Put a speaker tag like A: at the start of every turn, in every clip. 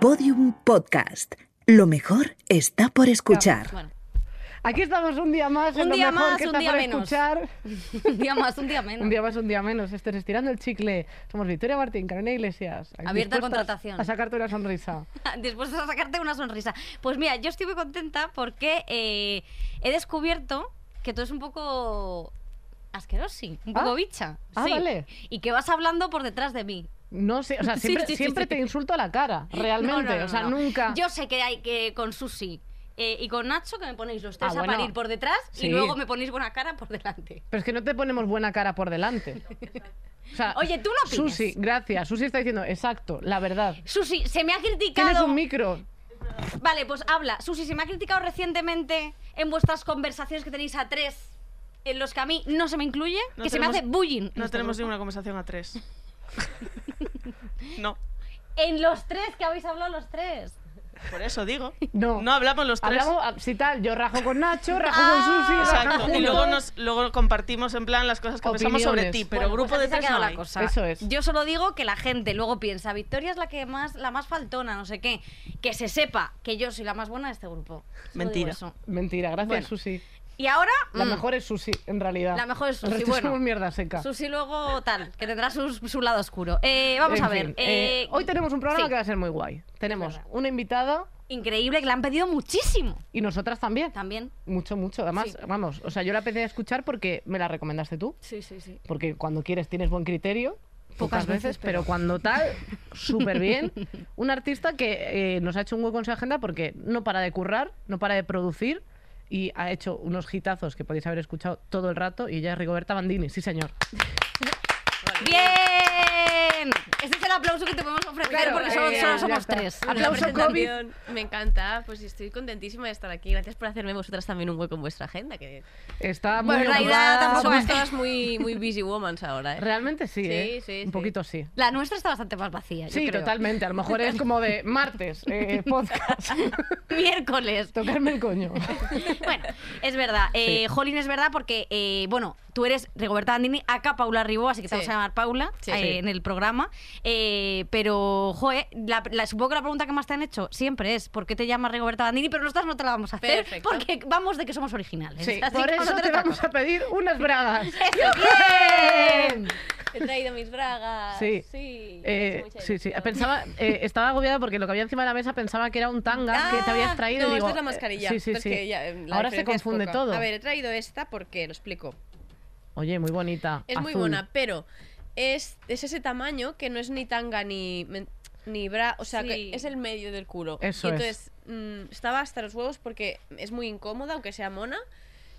A: Podium Podcast. Lo mejor está por escuchar.
B: Bueno,
C: Aquí estamos un día más. en
B: Un
C: lo
B: día
C: mejor
B: más,
C: que
B: un
C: está
B: día
C: por
B: menos.
C: Escuchar.
B: un día más, un día menos.
C: Un día más, un día menos. Esto es Estirando el Chicle. Somos Victoria Martín, Carolina Iglesias. Aquí
B: Abierta
C: dispuestas
B: contratación.
C: A sacarte una sonrisa.
B: Después de sacarte una sonrisa. Pues mira, yo estoy muy contenta porque eh, he descubierto que tú eres un poco asqueroso, un
C: Ah.
B: poco bicha.
C: Ah,
B: sí.
C: vale.
B: Y que vas hablando por detrás de mí.
C: No sé, o sea,
B: Sí,
C: siempre,
B: sí, sí,
C: siempre
B: sí.
C: te insulto a la cara, realmente.
B: No, no, no,
C: o sea,
B: no.
C: nunca.
B: Yo sé que hay que con Susi eh, y con Nacho que me ponéis los tres
C: Ah, bueno.
B: a parir por detrás
C: Sí.
B: y luego me ponéis buena cara por delante.
C: Pero es que no te ponemos buena cara por delante. O sea,
B: Oye, tú no opines.
C: Susi, gracias. Susi está diciendo, exacto, la verdad.
B: Susi, se me ha
C: Tienes
B: criticado.
C: un micro.
B: Vale, pues habla. Susi, se me ha criticado recientemente en vuestras conversaciones que tenéis a tres, en los que a mí no se me incluye,
D: No
B: que se me
D: tenemos-
B: hace bullying. en
D: No
B: este
D: tenemos
B: grupo.
D: ninguna conversación a tres. no,
B: En los tres que habéis hablado los tres.
D: por eso digo.
C: No.
D: No hablamos los tres.
C: Hablamos, ah, si tal, yo rajo con Nacho, rajo con
B: Ah.
C: Susi, rajo
D: Exacto. Y
C: juntos.
D: luego, nos, luego compartimos en plan las cosas que pensamos sobre
C: Opiniones.
D: ti, pero
B: Bueno,
D: grupo
B: pues
D: de
B: así se ha
D: tres
B: quedado
D: no
B: la
D: hay.
B: cosa.
C: Eso es.
B: Yo solo digo que la gente luego piensa, Victoria es la que más, la más faltona, no sé qué. Que se sepa que yo soy la más buena de este grupo. Solo
D: Mentira.
B: digo eso.
C: Mentira, gracias,
B: Bueno.
C: Susi.
B: Y ahora.
C: La
B: mm,
C: mejor es Susi, en realidad.
B: La mejor es
C: El
B: Susi,
C: resto
B: bueno.
C: somos mierda seca.
B: Susi luego tal, que tendrá su, su lado oscuro. Eh, vamos
C: En
B: a ver.
C: fin, eh,
B: eh,
C: hoy tenemos un programa
B: sí.
C: que va a ser muy guay. Tenemos
B: verdad.
C: una invitada
B: Increíble, que la han pedido muchísimo
C: y nosotras también.
B: también.
C: Mucho, mucho. Además,
B: Sí.
C: vamos, o sea, yo la empecé a escuchar porque me la recomendaste tú.
B: Sí, sí, sí.
C: Porque cuando quieres tienes buen criterio.
B: Pocas
C: Pocas
B: veces,
C: veces, pero... cuando tal, súper bien. Un artista que eh, nos ha hecho un hueco en su agenda porque no para de currar, no para de producir y ha hecho unos hitazos que podéis haber escuchado todo el rato y ya es Rigoberta Bandini, sí señor.
B: ¡Bien! Este es el aplauso que te podemos ofrecer
E: Claro,
B: porque solo,
E: eh,
B: solo
E: ya
B: somos
C: está.
B: tres.
E: Una
B: Aplauso COVID.
E: presentación. Me encanta, pues estoy contentísima de estar aquí. Gracias por hacerme vosotras también un hueco en vuestra agenda. Que
C: Está muy Ah,
B: Bueno, en
C: ocupada.
B: realidad tampoco
E: somos
B: es.
E: todas muy, muy busy womans ahora, ¿eh?
C: Realmente sí,
E: Sí,
C: ¿eh?
E: sí,
C: Un
E: sí.
C: poquito sí.
B: La nuestra está bastante más vacía. yo
C: Sí,
B: creo.
C: totalmente. A lo mejor es como de martes, eh, podcast.
B: Miércoles.
C: Tocarme el coño.
B: Bueno, es verdad. Eh, Jolín, es verdad porque, eh, bueno, tú eres Rigoberta Bandini, acá Paula Ribó, así que te
E: Sí.
B: vamos a llamar Paula
E: Sí.
B: eh,
E: Sí.
B: en el programa. Eh, pero, joe, la- la- supongo que la pregunta que más te han hecho siempre es ¿por qué te llamas Rigoberta Bandini? Pero nosotras no te la vamos a hacer
E: Perfecto.
B: porque vamos de que somos originales.
C: Sí,
B: Así
C: por
B: que
C: eso
B: nosotros
C: te
B: otra
C: vamos
B: cosa.
C: a pedir unas bragas.
B: ¡Eso, bien!
E: He traído mis bragas.
C: Sí.
E: Sí.
C: Eh, sí, sí. Pensaba, eh, estaba agobiada porque lo que había encima de la mesa pensaba que era un tanga
E: Ah,
C: que te habías traído. y
E: No,
C: digo,
E: esta es la
C: eh,
E: mascarilla.
C: Sí, sí,
E: pero es
C: sí.
E: que ya, eh, la
C: Ahora se
E: diferencia es
C: confunde
E: poca.
C: todo.
E: A ver, he traído esta porque lo explico.
C: Oye, muy bonita.
E: Es muy
C: azul.
E: buena, pero es, es ese tamaño que no es ni tanga ni, men- ni bra, o sea,
B: Sí.
E: que es el medio del culo.
C: Eso
E: y
C: es.
E: entonces mm, estaba hasta los huevos porque es muy incómoda, aunque sea mona,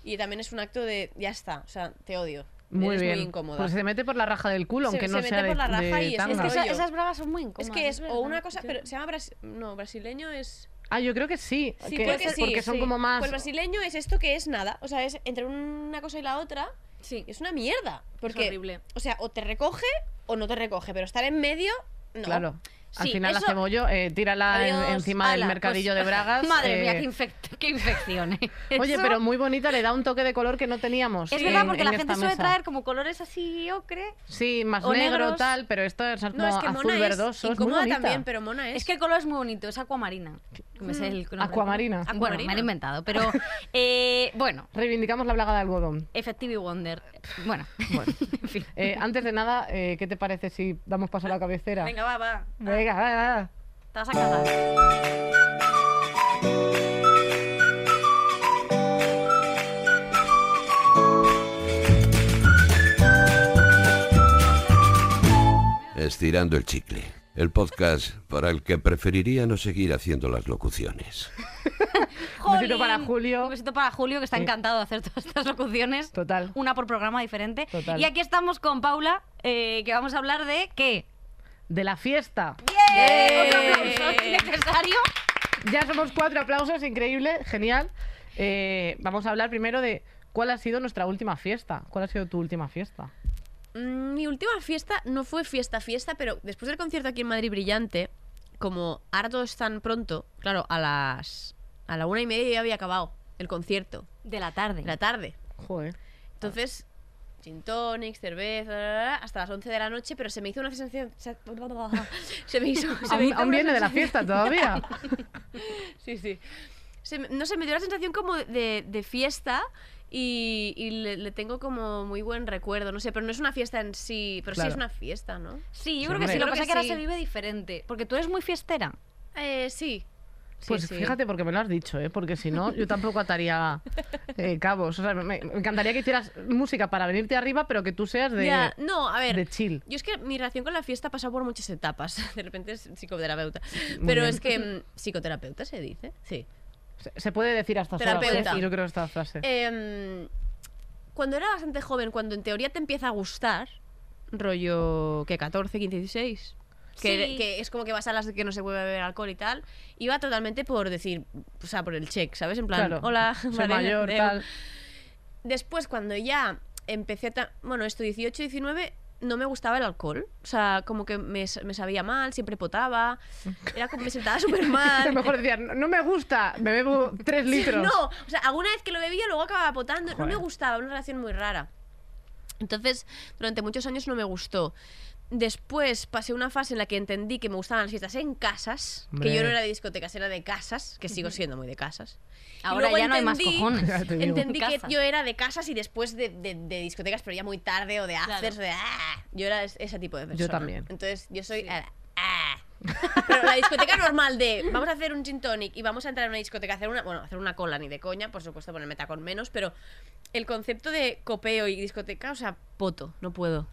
E: y también es un acto de ya está, o sea, te odio.
C: Muy
E: Eres
C: bien.
E: muy incómoda.
C: Pues se mete por la raja del culo,
E: Se-
C: aunque
E: se
C: no
E: mete
C: sea de,
E: por la raja
C: de
E: y es-
C: tanga.
B: Es que esa-
E: Rollo.
B: esas bragas son muy incómodas.
E: es que es o
B: verdad.
E: una cosa, pero se llama brasi- no, brasileño es
C: Ah, yo creo que sí.
E: Sí,
C: que-
E: creo que sí,
C: porque son
E: sí.
C: como más.
E: Pues brasileño es esto que es nada, o sea, es entre una cosa y la otra,
B: Sí.
E: es una mierda, porque
B: horrible.
E: o sea, o te recoge o no te recoge, pero estar en medio no.
C: Claro. Al
B: Sí,
C: final la
B: eso-
C: hacemos yo, eh, tírala en-
E: Adiós,
C: encima del
B: ala,
C: mercadillo
B: pues-
C: de bragas.
B: Madre
C: eh,
B: mía, qué, infect- qué infección. ¿eh?
C: Oye,
B: Eso-
C: pero muy bonita, le da un toque de color que no teníamos.
B: Es
C: en-
B: verdad, porque
C: en
B: la
C: esta
B: gente suele
C: mesa.
B: traer como colores así ocre.
C: Sí, más
B: o
C: negro,
B: negros.
C: tal, pero esto es como
E: No, es que
C: azul
E: Mona
C: verdoso.
E: es
C: es muy
E: incómoda
C: bonita.
E: también, pero Mona es.
B: Es que el color es muy bonito, es acuamarina. Me sé el nombre.
C: Acuamarina.
B: Bueno, me lo he
E: Acuamarina.
B: inventado, pero eh, bueno,
C: Reivindicamos la blaga de algodón.
B: Effective Wonder. Bueno, en fin.
C: Eh, antes de nada, eh, ¿qué te parece si damos paso a la cabecera?
B: Venga, va, va.
C: Venga, va, va.
B: Te vas a cagar.
F: Estirando el chicle. El podcast para el que preferiría no seguir haciendo las locuciones.
C: Un besito
B: Jolín.
C: para Julio.
B: Un besito para Julio, que está
C: Sí.
B: encantado de hacer todas estas locuciones.
C: Total.
B: Una por programa diferente.
C: Total.
B: Y aquí estamos con Paula, eh, que vamos a hablar de qué.
C: De la fiesta.
B: ¡Bien! Otro aplauso necesario.
C: Ya somos cuatro aplausos, increíble, genial. Eh, vamos a hablar primero de cuál ha sido nuestra última fiesta. ¿Cuál ha sido tu última fiesta?
E: Mm, Mi última fiesta no fue fiesta, fiesta, pero después del concierto aquí en Madrid Brillante, como ahora todo es tan pronto, claro, a las a la una y media ya había acabado el concierto,
B: De la tarde.
E: la tarde.
C: Joder.
E: Entonces, gin tonics, cerveza, la, la, la, hasta las 11 de la noche, pero se me hizo una sensación... Se me hizo... se me
C: Aún,
E: hizo
C: aún
E: una
C: viene de la
E: sensación-
C: fiesta todavía.
E: Sí, sí. Se me- no sé, me dio la sensación como de, de fiesta y, y le, le tengo como muy buen recuerdo. No sé, pero no es una fiesta en sí, pero sí es
C: Claro.
E: una fiesta, ¿no?
B: Sí, yo
C: Sí,
B: creo que
C: hombre.
B: sí. Lo
E: Creo
B: que pasa
E: que
B: es que ahora
E: sí.
B: se vive diferente. Porque tú eres muy fiestera.
E: Eh, sí. Sí,
C: Pues
E: sí.
C: fíjate porque me lo has dicho, ¿eh? porque si no, yo tampoco ataría eh, cabos. O sea, me, me encantaría que hicieras música para venirte arriba, pero que tú seas de,
E: Ya, no, a ver.
C: de chill.
E: Yo es que mi relación con la fiesta ha pasado por muchas etapas. De repente es psicoterapeuta.
C: Muy
E: Pero
C: bien.
E: es que. mm, ¿Psicoterapeuta se dice? Sí.
C: Se, se puede decir hasta
E: Terapeuta.
C: Yo creo esta frase.
E: Em, cuando era bastante joven, cuando en teoría te empieza a gustar, rollo que 14, 15, 16, que,
B: Sí.
E: que es como que vas a las que no se puede beber alcohol y tal, iba totalmente por decir, o sea, por el check, ¿sabes? En plan,
C: claro.
E: hola,
C: soy
E: Marina,
C: mayor,
E: eh,
C: tal.
E: Después, cuando ya empecé, ta- bueno, esto 18, 19, no me gustaba el alcohol. O sea, como que me, s- me sabía mal, siempre potaba, era como me sentaba súper
C: A lo
E: mal.
C: mejor decían, no me gusta, me bebo tres litros.
E: No, o sea, alguna vez que lo bebía luego acababa potando, no
C: Joder.
E: me gustaba, una relación muy rara. Entonces, durante muchos años no me gustó. Después pasé una fase en la que entendí que me gustaban las fiestas en casas, que yo
C: Hombre.
E: no era de discotecas, era de casas, que sigo siendo muy de casas. Y
B: Ahora
E: luego
B: ya no hay más
E: entendí-
B: cojones.
C: Ya te digo.
E: Entendí que
B: Casas.
E: yo era de casas y después de, de- de discotecas, pero ya muy tarde o de afters, o de ah. Yo era es- ese tipo de persona.
C: también.
E: Entonces, yo soy. ah, ah. Pero la discoteca normal de vamos a hacer un gin tonic y vamos a entrar en una discoteca a hacer una. Bueno, hacer una cola ni de coña, por supuesto, ponerme tacón menos, pero el concepto de copeo y discoteca, o sea, poto, no puedo.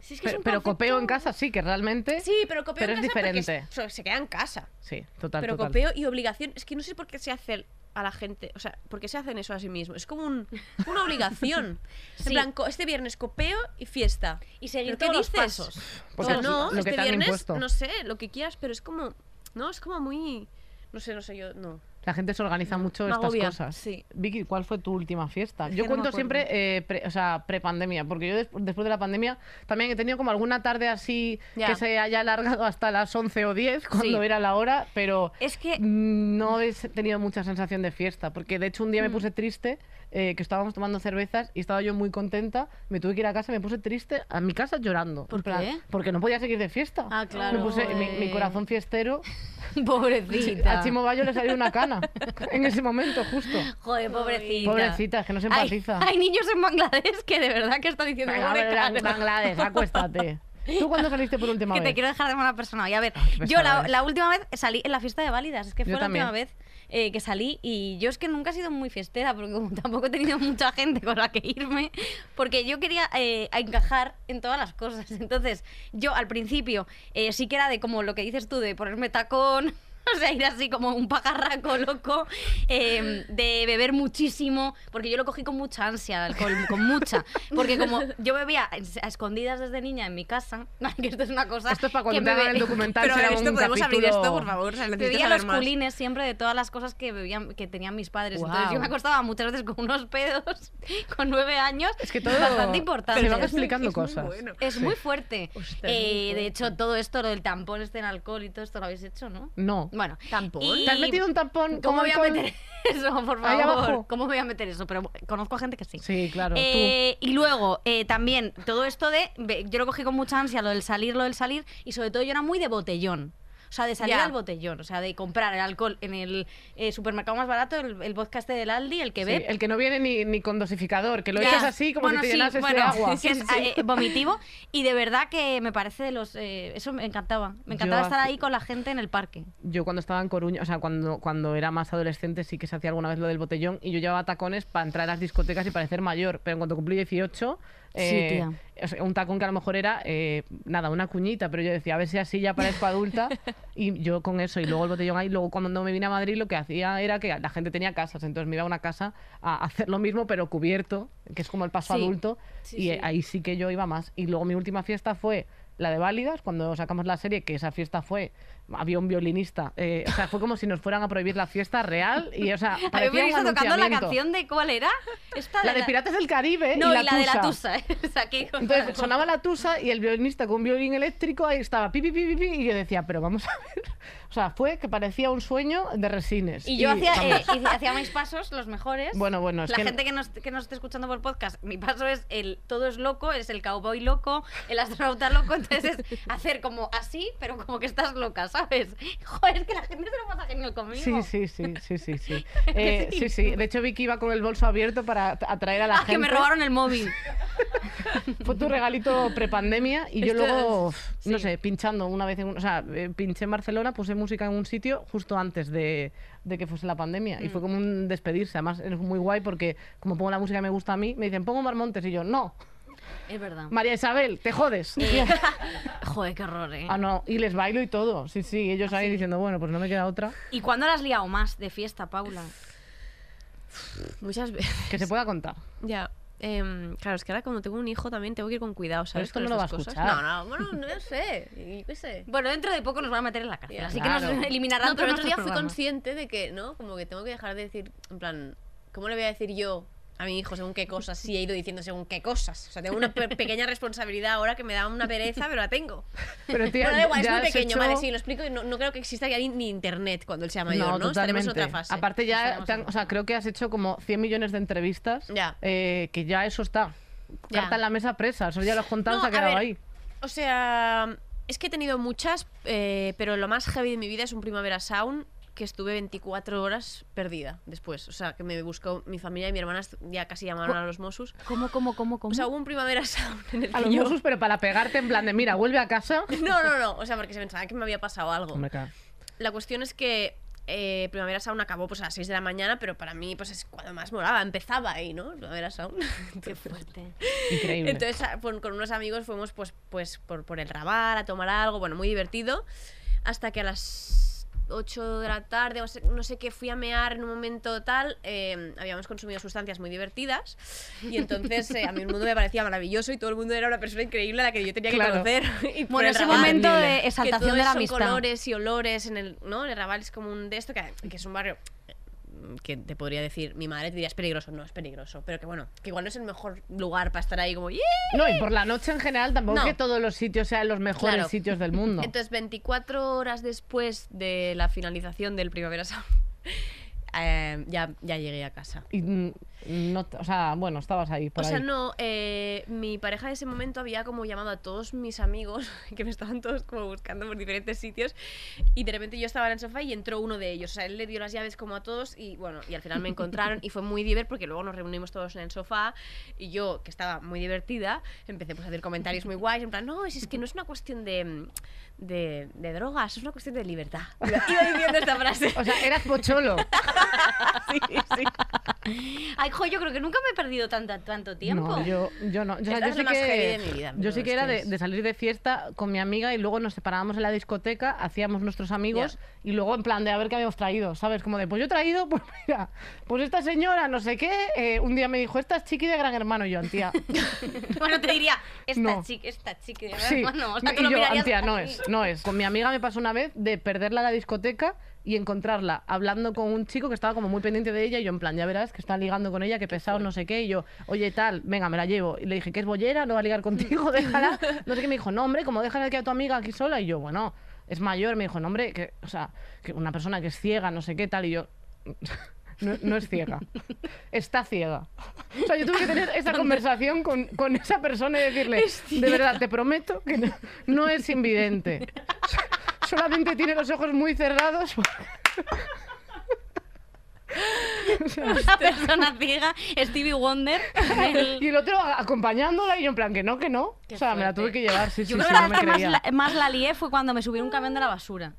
B: Sí, es que es
C: Pero,
B: un
C: pero copeo en
B: concepto-
C: casa sí, que realmente...
E: Sí, pero copeo
C: Pero
E: en
C: es
E: casa porque
C: diferente.
E: se- se queda en casa.
C: Sí, total,
E: pero
C: total.
E: copeo y obligación. Es que no sé por qué se hace a la gente, o sea, por qué se hacen eso a sí mismos. Es como un- una obligación. En
B: Sí.
E: plan, co- este viernes copeo y fiesta.
B: Y seguir
E: ¿Pero qué
B: todos los
E: dices?
B: pasos.
E: O
C: Porque
E: sea,
C: es
E: no,
C: lo que
E: este
C: te han
E: viernes,
C: impuesto.
E: no sé, lo que quieras, pero es como, no, es como muy, no sé, no sé, yo, no.
C: La gente se organiza mucho
E: Mm, Me
C: estas
E: agobia,
C: cosas.
E: sí.
C: Vicky, ¿cuál fue tu última fiesta?
E: Es
C: yo
E: que no me
C: cuento
E: acuerdo.
C: siempre, eh, pre- o sea, prepandemia, porque yo des- después de la pandemia también he tenido como alguna tarde así
E: Ya.
C: que se haya alargado hasta las 11 o 10 cuando
B: Sí.
C: era la hora, pero
B: Es
E: Eh,
B: que-
C: mm, no he s- tenido mucha sensación de fiesta, porque de hecho un día
E: Mm.
C: me puse triste, eh, que estábamos tomando cervezas y estaba yo muy contenta, me tuve que ir a casa, me puse triste a mi casa llorando. en
B: ¿Por
C: plan,
B: qué?
C: Porque no podía seguir de fiesta.
E: Ah, claro,
C: Me puse mi- mi
E: eh.
C: corazón fiestero.
B: Pobrecita.
C: A Chimo Bayo le salió una cana en ese momento, justo.
B: Joder, pobrecita.
C: Pobrecita, es que no se
B: Hay,
C: empatiza.
B: hay niños en Bangladesh que de verdad que están diciendo
C: Venga, a
B: "Pobre
C: ver,
B: cara".
C: Bang- Bangladesh, acuéstate. ¿Tú cuándo saliste por última
B: que
C: vez?
B: te quiero dejar de mala persona. Y a ver,
C: qué
B: yo
C: pesada
B: la,
C: eres.
B: la última vez salí en la fiesta de válidas. Es que
C: Yo
B: fue la última
C: también.
B: vez eh, que salí. Y yo es que nunca he sido muy fiestera, porque como tampoco he tenido mucha gente con la que irme. Porque yo quería eh, encajar en todas las cosas. Entonces, yo al principio eh, sí que era de como lo que dices tú, de ponerme tacón. O sea, ir así como un pajarraco loco, eh, de beber muchísimo, porque yo lo cogí con mucha ansia, el alcohol, con mucha. Porque como yo bebía a escondidas desde niña en mi casa, que esto es una cosa.
C: Esto es para cuando
B: que
C: te
B: me
C: hagan el
B: ve-
C: documental.
E: Pero a ver,
C: será
E: esto
C: un
E: podemos abrir
C: capítulo-
E: esto, por favor, o sea, necesito
B: Bebía
E: saber
B: los
E: más.
B: culines siempre de todas las cosas que bebían, que tenían mis padres. Entonces
E: Guau.
B: yo me acostaba muchas veces con unos pedos, con nueve años.
C: Es que todo
B: bastante
C: Se
B: importante.
C: van
E: Es muy-
C: explicando
E: es muy
C: cosas.
E: bueno.
B: Es muy fuerte.
E: Ostras,
B: Eh,
E: muy fuerte.
B: De hecho, todo esto, lo del tampón este en alcohol y todo esto lo habéis hecho, ¿no?
C: No.
B: Bueno,
E: ¿Tampón?
B: y-
C: ¿Te has metido un tampón?
B: ¿Cómo
C: como
B: voy a
C: alcohol?
B: meter eso, por
C: Ahí
B: favor?
C: abajo.
B: ¿Cómo voy a meter eso? Pero conozco a gente que sí.
C: Sí, claro.
B: Eh, y luego, eh, también, todo esto de. ve- Yo lo cogí con mucha ansia, lo del salir, lo del salir, y sobre todo yo era muy de botellón. O sea, de salir
E: Ya.
B: al botellón, o sea, de comprar el alcohol en el eh, supermercado más barato, el, el vodka este del Aldi, el que
C: tú.
B: ve.
C: Sí, el que no viene ni, ni con dosificador, que lo
B: Ya.
C: echas así como
B: Bueno,
C: si te
B: sí,
C: llenases
B: bueno,
C: de agua.
B: que es eh, vomitivo. Y de verdad que me parece de los. eh, eso me encantaba. Me encantaba
C: Yo
B: estar
C: hace-
B: ahí con la gente en el parque.
C: Yo cuando estaba en Coruña, o sea, cuando, cuando era más adolescente sí que se hacía alguna vez lo del botellón y yo llevaba tacones para entrar a las discotecas y parecer mayor, pero en cuanto cumplí 18,
B: Sí,
C: eh,
B: tía.
C: o sea, un tacón que a lo mejor era, eh, nada, una cuñita, pero yo decía, a ver si así ya parezco adulta y yo con eso y luego el botellón ahí, luego cuando me vine a Madrid lo que hacía era que la gente tenía casas, entonces me iba a una casa a hacer lo mismo pero cubierto, que es como el paso
B: Sí.
C: adulto, y eh, ahí sí que yo iba más. Y luego mi última fiesta fue la de Válidas, cuando sacamos la serie, que esa fiesta fue, había un violinista, eh, o sea, fue como si nos fueran a prohibir la fiesta real y, o sea,
B: A mí me
C: parecía un
B: hizo tocando la
C: anunciamiento.
B: canción de cuál era. Esta
C: La de Piratas del Caribe
B: No,
C: y la,
B: de la
C: tusa.
B: Tusa. o sea, que-
C: pues, Entonces sonaba la tusa y el violinista con un violín eléctrico ahí estaba pi, pi, pi, pi, pi, y yo decía, pero vamos a ver, O sea, fue que parecía un sueño de resines.
B: Y yo hacía,
C: vamos,
B: eh, hice- hacía mis pasos, los mejores.
C: Bueno, bueno, es
B: La
C: que-
B: gente que nos, que nos esté escuchando por podcast, mi paso es el todo es loco, es el cowboy loco, el astronauta loco, entonces es hacer como así, pero como que estás loca, ¿sabes? Joder, es que la gente se lo pasa genial conmigo.
C: Sí, sí, sí, sí, sí, sí.
B: Es que
C: Eh,
B: sí.
C: sí, sí. De hecho, Vicky iba con el bolso abierto para at- atraer a la
B: Ah,
C: gente.
B: que me robaron el móvil.
C: Fue tu regalito prepandemia y yo
B: Esto
C: luego,
B: es-
C: uf, no
B: sí.
C: sé, pinchando una vez, en un- o sea, eh, pinché en Barcelona, puse música en un sitio justo antes de, de que fuese la pandemia
B: Mm.
C: y fue como un despedirse. Además, es muy guay porque como pongo la música que me gusta a mí, me dicen, pongo Mar Montes y yo, no,
B: Es verdad.
C: María Isabel, te jodes.
B: Joder, qué horror, ¿eh?
C: ah, no, y les bailo y todo. Sí, sí, ellos
E: Ah,
C: ahí diciendo, bueno, pues no me queda otra.
B: ¿Y cuándo la has liado más de fiesta, Paula?
E: Muchas veces.
C: Que se pueda contar.
E: Ya. em, claro, es que ahora como tengo un hijo también tengo que ir con cuidado, ¿sabes?
C: esto
E: Con
C: no lo
E: estas
C: va a
E: cosas.
C: escuchar.
E: No, no, bueno, no sé. Yo qué sé.
B: Bueno, dentro de poco nos van a meter en la cárcel,
E: Ya,
B: así que
C: claro.
B: nos eliminarán
E: No, pero el
B: todos
E: otro día
B: nuestros
E: fui
B: programas.
E: consciente de que, ¿no? Como que tengo que dejar de decir, en plan, ¿cómo le voy a decir yo a mi hijo según qué cosas si he ido diciendo según qué cosas? O sea, tengo una pe- pequeña responsabilidad ahora que me da una pereza, pero la tengo.
C: Pero tía,
E: bueno, da igual, es
C: ya
E: muy
C: has
E: pequeño,
C: hecho-
E: vale, sí, lo explico. No, no creo que exista ya ni, ni internet cuando él sea mayor, ¿no? Estaremos en otra
C: totalmente.
E: fase.
C: Aparte ya,
B: Estaremos
C: te han-
B: en
C: o
B: otra
C: sea,
B: fase.
C: creo que has hecho como 100 millones de entrevistas,
E: Ya.
C: eh, que ya eso está.
E: Ya.
C: Carta en la mesa presa, eso ya lo has contado,
E: No,
C: se ha
E: a
C: quedado
E: ver,
C: ahí.
E: O sea, es que he tenido muchas, eh, pero lo más heavy de mi vida es un Primavera Sound que estuve 24 horas perdida después. O sea, que me buscó mi familia y mi hermana, est- ya casi llamaron a los Mossos.
B: ¿Cómo, cómo, cómo, cómo?
E: O sea, hubo un Primavera Sound en el
C: A
E: que
C: los
E: yo...
C: Mossos, pero para pegarte en plan de, mira, vuelve a casa.
E: No, no, no. O sea, porque se pensaba que me había pasado algo.
C: Hombre, claro.
E: La cuestión es que eh, Primavera Sound acabó pues, a las 6 de la mañana, pero para mí pues, es cuando más molaba. Empezaba ahí, ¿no? Primavera Sound.
B: Qué fuerte.
C: Increíble.
E: Entonces, a- con, con unos amigos fuimos pues, pues por, por el Raval a tomar algo, bueno, muy divertido. Hasta que a las 8 de la tarde, o se- no sé qué, fui a mear en un momento tal. eh, habíamos consumido sustancias muy divertidas. Y entonces eh, a mí el mundo me parecía maravilloso y todo el mundo era una persona increíble a la que yo tenía que
C: Claro.
E: conocer. Y por
B: Bueno,
E: el
B: ese
E: Raval-
B: momento
C: Entendible.
B: de
E: que
B: exaltación
E: todo
B: de la
E: son
B: amistad.
E: colores y olores en el no el Raval es como un de esto que, que es un barrio mm, que te podría decir mi madre te diría es peligroso no es peligroso pero que bueno que igual no es el mejor lugar para estar ahí como "Yeah".
C: No, y por la noche en general tampoco
E: No.
C: que todos los sitios sean los mejores
E: Claro.
C: sitios del mundo.
E: entonces 24 horas después de la finalización del Primavera Sound eh, ya ya llegué a casa
C: Y, mm, no, t- o sea, bueno, estabas ahí por
E: o sea,
C: ahí.
E: no, eh, mi pareja en ese momento había como llamado a todos mis amigos, que me estaban todos como buscando por diferentes sitios, y de repente yo estaba en el sofá y entró uno de ellos. O sea, él le dio las llaves como a todos y bueno, y al final me encontraron y fue muy divertido porque luego nos reunimos todos en el sofá y yo, que estaba muy divertida, empecé pues a hacer comentarios muy guays, en plan, no, es, es que no es una cuestión de, mm, de, de drogas, es una cuestión de libertad. Iba iba diciendo esta frase.
C: O sea, eras pocholo.
B: Ay, jo, yo creo que nunca me he perdido tanta, tanto tiempo.
C: No, yo, yo no. Yo, o sea,
E: Esta
C: yo
E: es
C: sí
E: la más
C: que,
E: heavy de mi vida,
C: yo
E: pero
C: sí que
E: es
C: era
E: que
C: de,
E: es-
C: de salir de fiesta con mi amiga y luego nos separábamos en la discoteca, hacíamos nuestros amigos y luego en plan de a ver qué habíamos traído, ¿sabes? Como de, pues yo he traído, pues mira, pues esta señora, no sé qué, eh, un día me dijo, esta es chiqui de gran hermano, y yo, tía.
B: Bueno, te diría, esta
C: No.
B: chica, esta chica.
C: Sí.
B: Bueno, o sea, tú
C: y
B: lo
C: yo,
B: mirarías
C: Antía, no
B: así.
C: es, no es. Con mi amiga me pasó una vez de perderla en la discoteca y encontrarla hablando con un chico que estaba como muy pendiente de ella y yo en plan, ya verás que está ligando con ella, que pesado, no sé qué, y yo, oye, tal, venga, me la llevo. Y le dije, que es bollera, no va a ligar contigo, déjala. No sé qué, me dijo, no, hombre, como dejas aquí a tu amiga aquí sola, y yo, bueno, es mayor, me dijo, no, hombre, que, o sea, que una persona que es ciega, no sé qué, tal, y yo... No, no es ciega. Está ciega. O sea, yo tuve que tener esa conversación con, con esa persona y decirle, de verdad, te prometo que no, no es invidente. Solamente tiene los ojos muy cerrados.
B: Una persona ciega, Stevie Wonder. del-
C: Y el otro a- acompañándola y yo en plan, que no, que no.
E: Qué
C: o sea, me la tuve
E: fuerte.
C: que llevar, sí, sí,
B: Yo creo
C: sí,
B: que
C: no
B: la
C: me
B: vez que más
C: creía.
B: la, más la lié fue cuando me subieron un camión de la basura.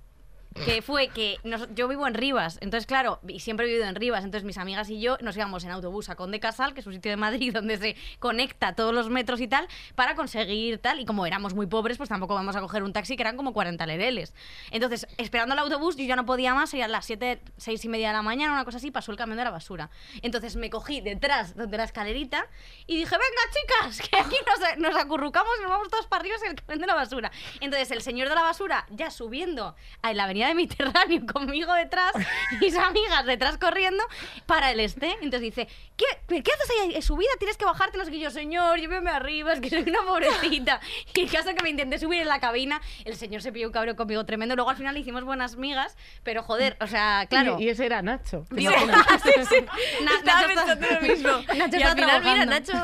B: Que fue que nos- yo vivo en Rivas, entonces claro, y siempre he vivido en Rivas, entonces mis amigas y yo nos íbamos en autobús a Conde Casal, que es un sitio de Madrid donde se conecta todos los metros y tal, para conseguir tal, y como éramos muy pobres, pues tampoco vamos a coger un taxi, que eran como 40 lereles. Entonces, esperando el autobús, yo ya no podía más, eran las 7, 6 y media de la mañana, una cosa así, pasó el camión de la basura. Entonces me cogí detrás de la escalerita y dije, venga chicas, que aquí nos, nos acurrucamos y nos vamos todos para arriba en el camión de la basura. Entonces el señor de la basura, ya subiendo a la avenida de mi terráneo conmigo detrás, mis amigas detrás corriendo, para el este. Entonces dice, ¿qué, qué haces ahí? Eh, Subida, tienes que bajarte. No sé qué. Y yo, señor, lléveme arriba, es que soy una pobrecita. Y el caso que me intenté subir en la cabina, el señor se pilló un cabrón conmigo tremendo. Luego al final le hicimos buenas migas, pero joder, o sea, claro.
C: Y, y ese era Nacho. que
B: Digo,
C: no-
B: sí, sí. Na-
E: Estaba
B: Nacho está-
E: pensando lo mismo.
B: Nacho
E: Y
B: está
E: al final, mira,
B: trabajando.
E: Nacho,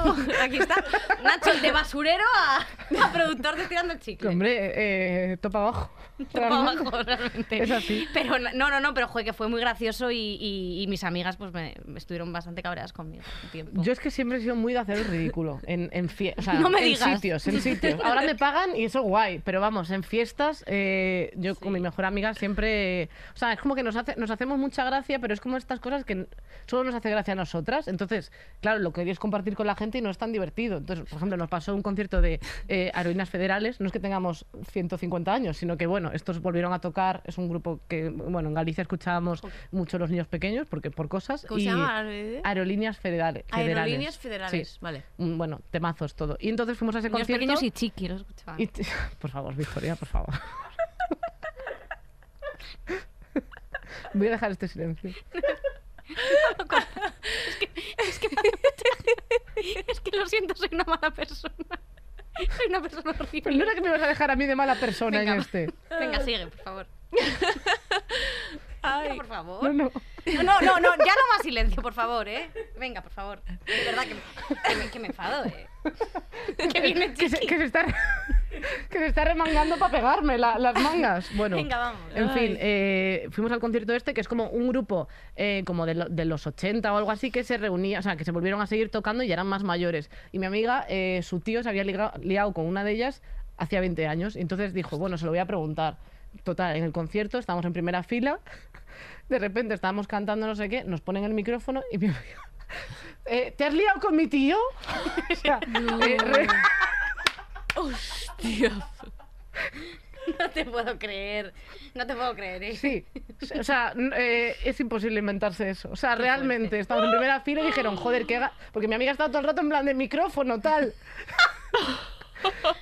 E: aquí está.
B: Nacho, de basurero a, a productor de tirando el
C: que,
B: chicle.
C: hombre, eh, topa abajo.
B: Por
C: Armando.
B: abajo, realmente.
C: Es así.
B: Pero no- no, no, no, pero joder, que fue muy gracioso y, y- y mis amigas pues me, me estuvieron bastante cabreadas conmigo un tiempo.
C: Yo es que siempre he sido muy de hacer el ridículo. En, en fie- o sea,
B: No me
C: en
B: digas.
C: sitios, en sitios. Ahora me pagan y eso guay. Pero vamos, en fiestas, eh, yo con mi mejor amiga siempre. O sea, es como que nos, hace, nos hacemos mucha gracia, pero es como estas cosas que n- solo nos hace gracia a nosotras. Entonces, claro, lo querías compartir con la gente y no es tan divertido. Entonces, por ejemplo, nos pasó un concierto de eh, Heroínas Federales. No es que tengamos 150 años, sino que, bueno, estos volvieron a tocar. Es un grupo que, bueno, en Galicia escuchábamos mucho los niños pequeños, porque por cosas.
E: ¿Cómo
C: y-
E: se llama? ¿Eh?
C: Aerolíneas Federales.
E: Aerolíneas federales.
C: Sí.
E: Vale.
C: Mm, Bueno, temazos todo. Y entonces fuimos a ese
B: Niños
C: concierto.
B: pequeños y chiqui, lo escuchaban.
C: y t- Por favor, Victoria, por favor. Voy a dejar este silencio.
B: Es que lo siento, soy una mala persona. Soy una persona
C: Pero no
B: horrible.
C: era que me vas a dejar a mí de mala persona
B: Venga,
C: en
B: va.
C: este.
B: Venga, sigue, por favor. Venga, por favor.
C: No, no.
B: No, no, no, no, ya no más silencio, por favor, ¿eh? Venga, por favor. De verdad que, que me, que me enfado, ¿eh? Que viene
C: Que se,
B: chiqui.
C: que se está, que se está remangando para pegarme la- las mangas. Bueno.
B: Venga, vamos.
C: En fin, eh, fuimos al concierto este, que es como un grupo eh, como de, lo- de los 80 o algo así, que se reunía, o sea, que se volvieron a seguir tocando y ya eran más mayores. Y mi amiga, eh, su tío se había liga- liado con una de ellas hacía 20 años. Y entonces dijo, bueno, se lo voy a preguntar. Total, en el concierto estábamos en primera fila, de repente estábamos cantando no sé qué, nos ponen el micrófono y mi amiga... "Eh, ¿Te has liado con mi tío? O sea, eh, re-
B: No te puedo creer. No te puedo creer, ¿eh?
C: Sí, o sea, n- eh, es imposible inventarse eso. O sea, realmente, estamos en primera fila y dijeron, joder, que Porque mi amiga estaba todo el rato en plan de micrófono, tal.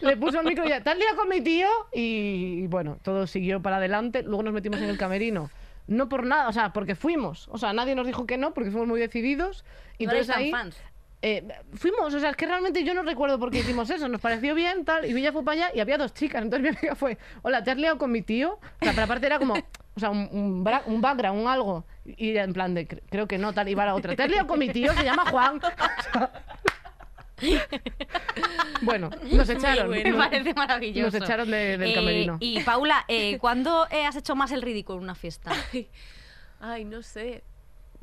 C: Le puso el micro y ya, ¿te has liado con mi tío? Y, bueno, todo siguió para adelante. Luego nos metimos en el camerino. No por nada, o sea, porque fuimos. O sea, nadie nos dijo que no, porque fuimos muy decididos. Y
B: No
C: entonces
B: eres tan
C: ahí,
B: fans.
C: eh, fuimos, o sea, es que realmente yo no recuerdo por qué hicimos eso, nos pareció bien, tal, y ella fue para allá y había dos chicas, entonces mi amiga fue, hola, ¿te has liado con mi tío? O sea, pero aparte era como, o sea, un, un, bra- un background, un algo, y ella en plan de, "Cre- creo que no, tal, y va la otra, ¿te has liado con mi tío? Se llama Juan. O sea, bueno, nos echaron.
E: bueno.
B: Me
C: nos-
B: parece maravilloso.
C: Nos echaron de- del
B: Eh,
C: camerino.
B: Y Paula, eh, ¿cuándo eh, has hecho más el ridículo en una fiesta?
E: Ay, no sé.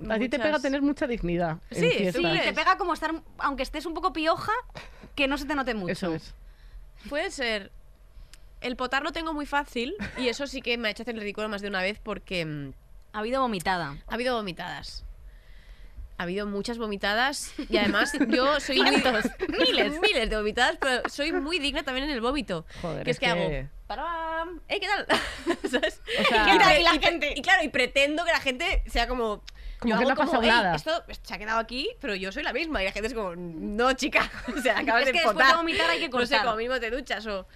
C: A ti te pega
E: Muchas-
C: tener mucha dignidad. en
E: Sí, sí,
B: Sí,
C: fiestas.
E: Total.
B: te pega como estar, aunque estés un poco pioja, que no se te note mucho.
C: Eso es.
E: Puede ser. El potar lo tengo muy fácil y eso sí que me ha hecho hacer el ridículo más de una vez porque mm,
B: Ha habido vomitada.
E: ha habido vomitadas. Ha habido muchas vomitadas y además yo soy muy- miles, miles de vomitadas, pero soy muy digna también en el vómito.
C: Joder,
E: que es,
C: es
E: que,
C: que-
E: hago, ¡Parabam! ¡Eh, qué tal! ¿Sabes?
C: O sea-
E: y,
C: ¿Qué
B: tal? Y la
E: pre- pre-
B: gente-
E: y claro, y pretendo que la gente sea como
C: Como
E: yo
C: que no
E: hago
C: ha pasado
E: "Ey,
C: nada".
E: Esto se ha quedado aquí, pero yo soy la misma y la gente es como, "No, chica, o sea, acabas
B: Es
E: de
B: que después
E: potar".
B: de vomitar hay que
E: No sé,
B: cortar.
E: como mínimo te duchas o...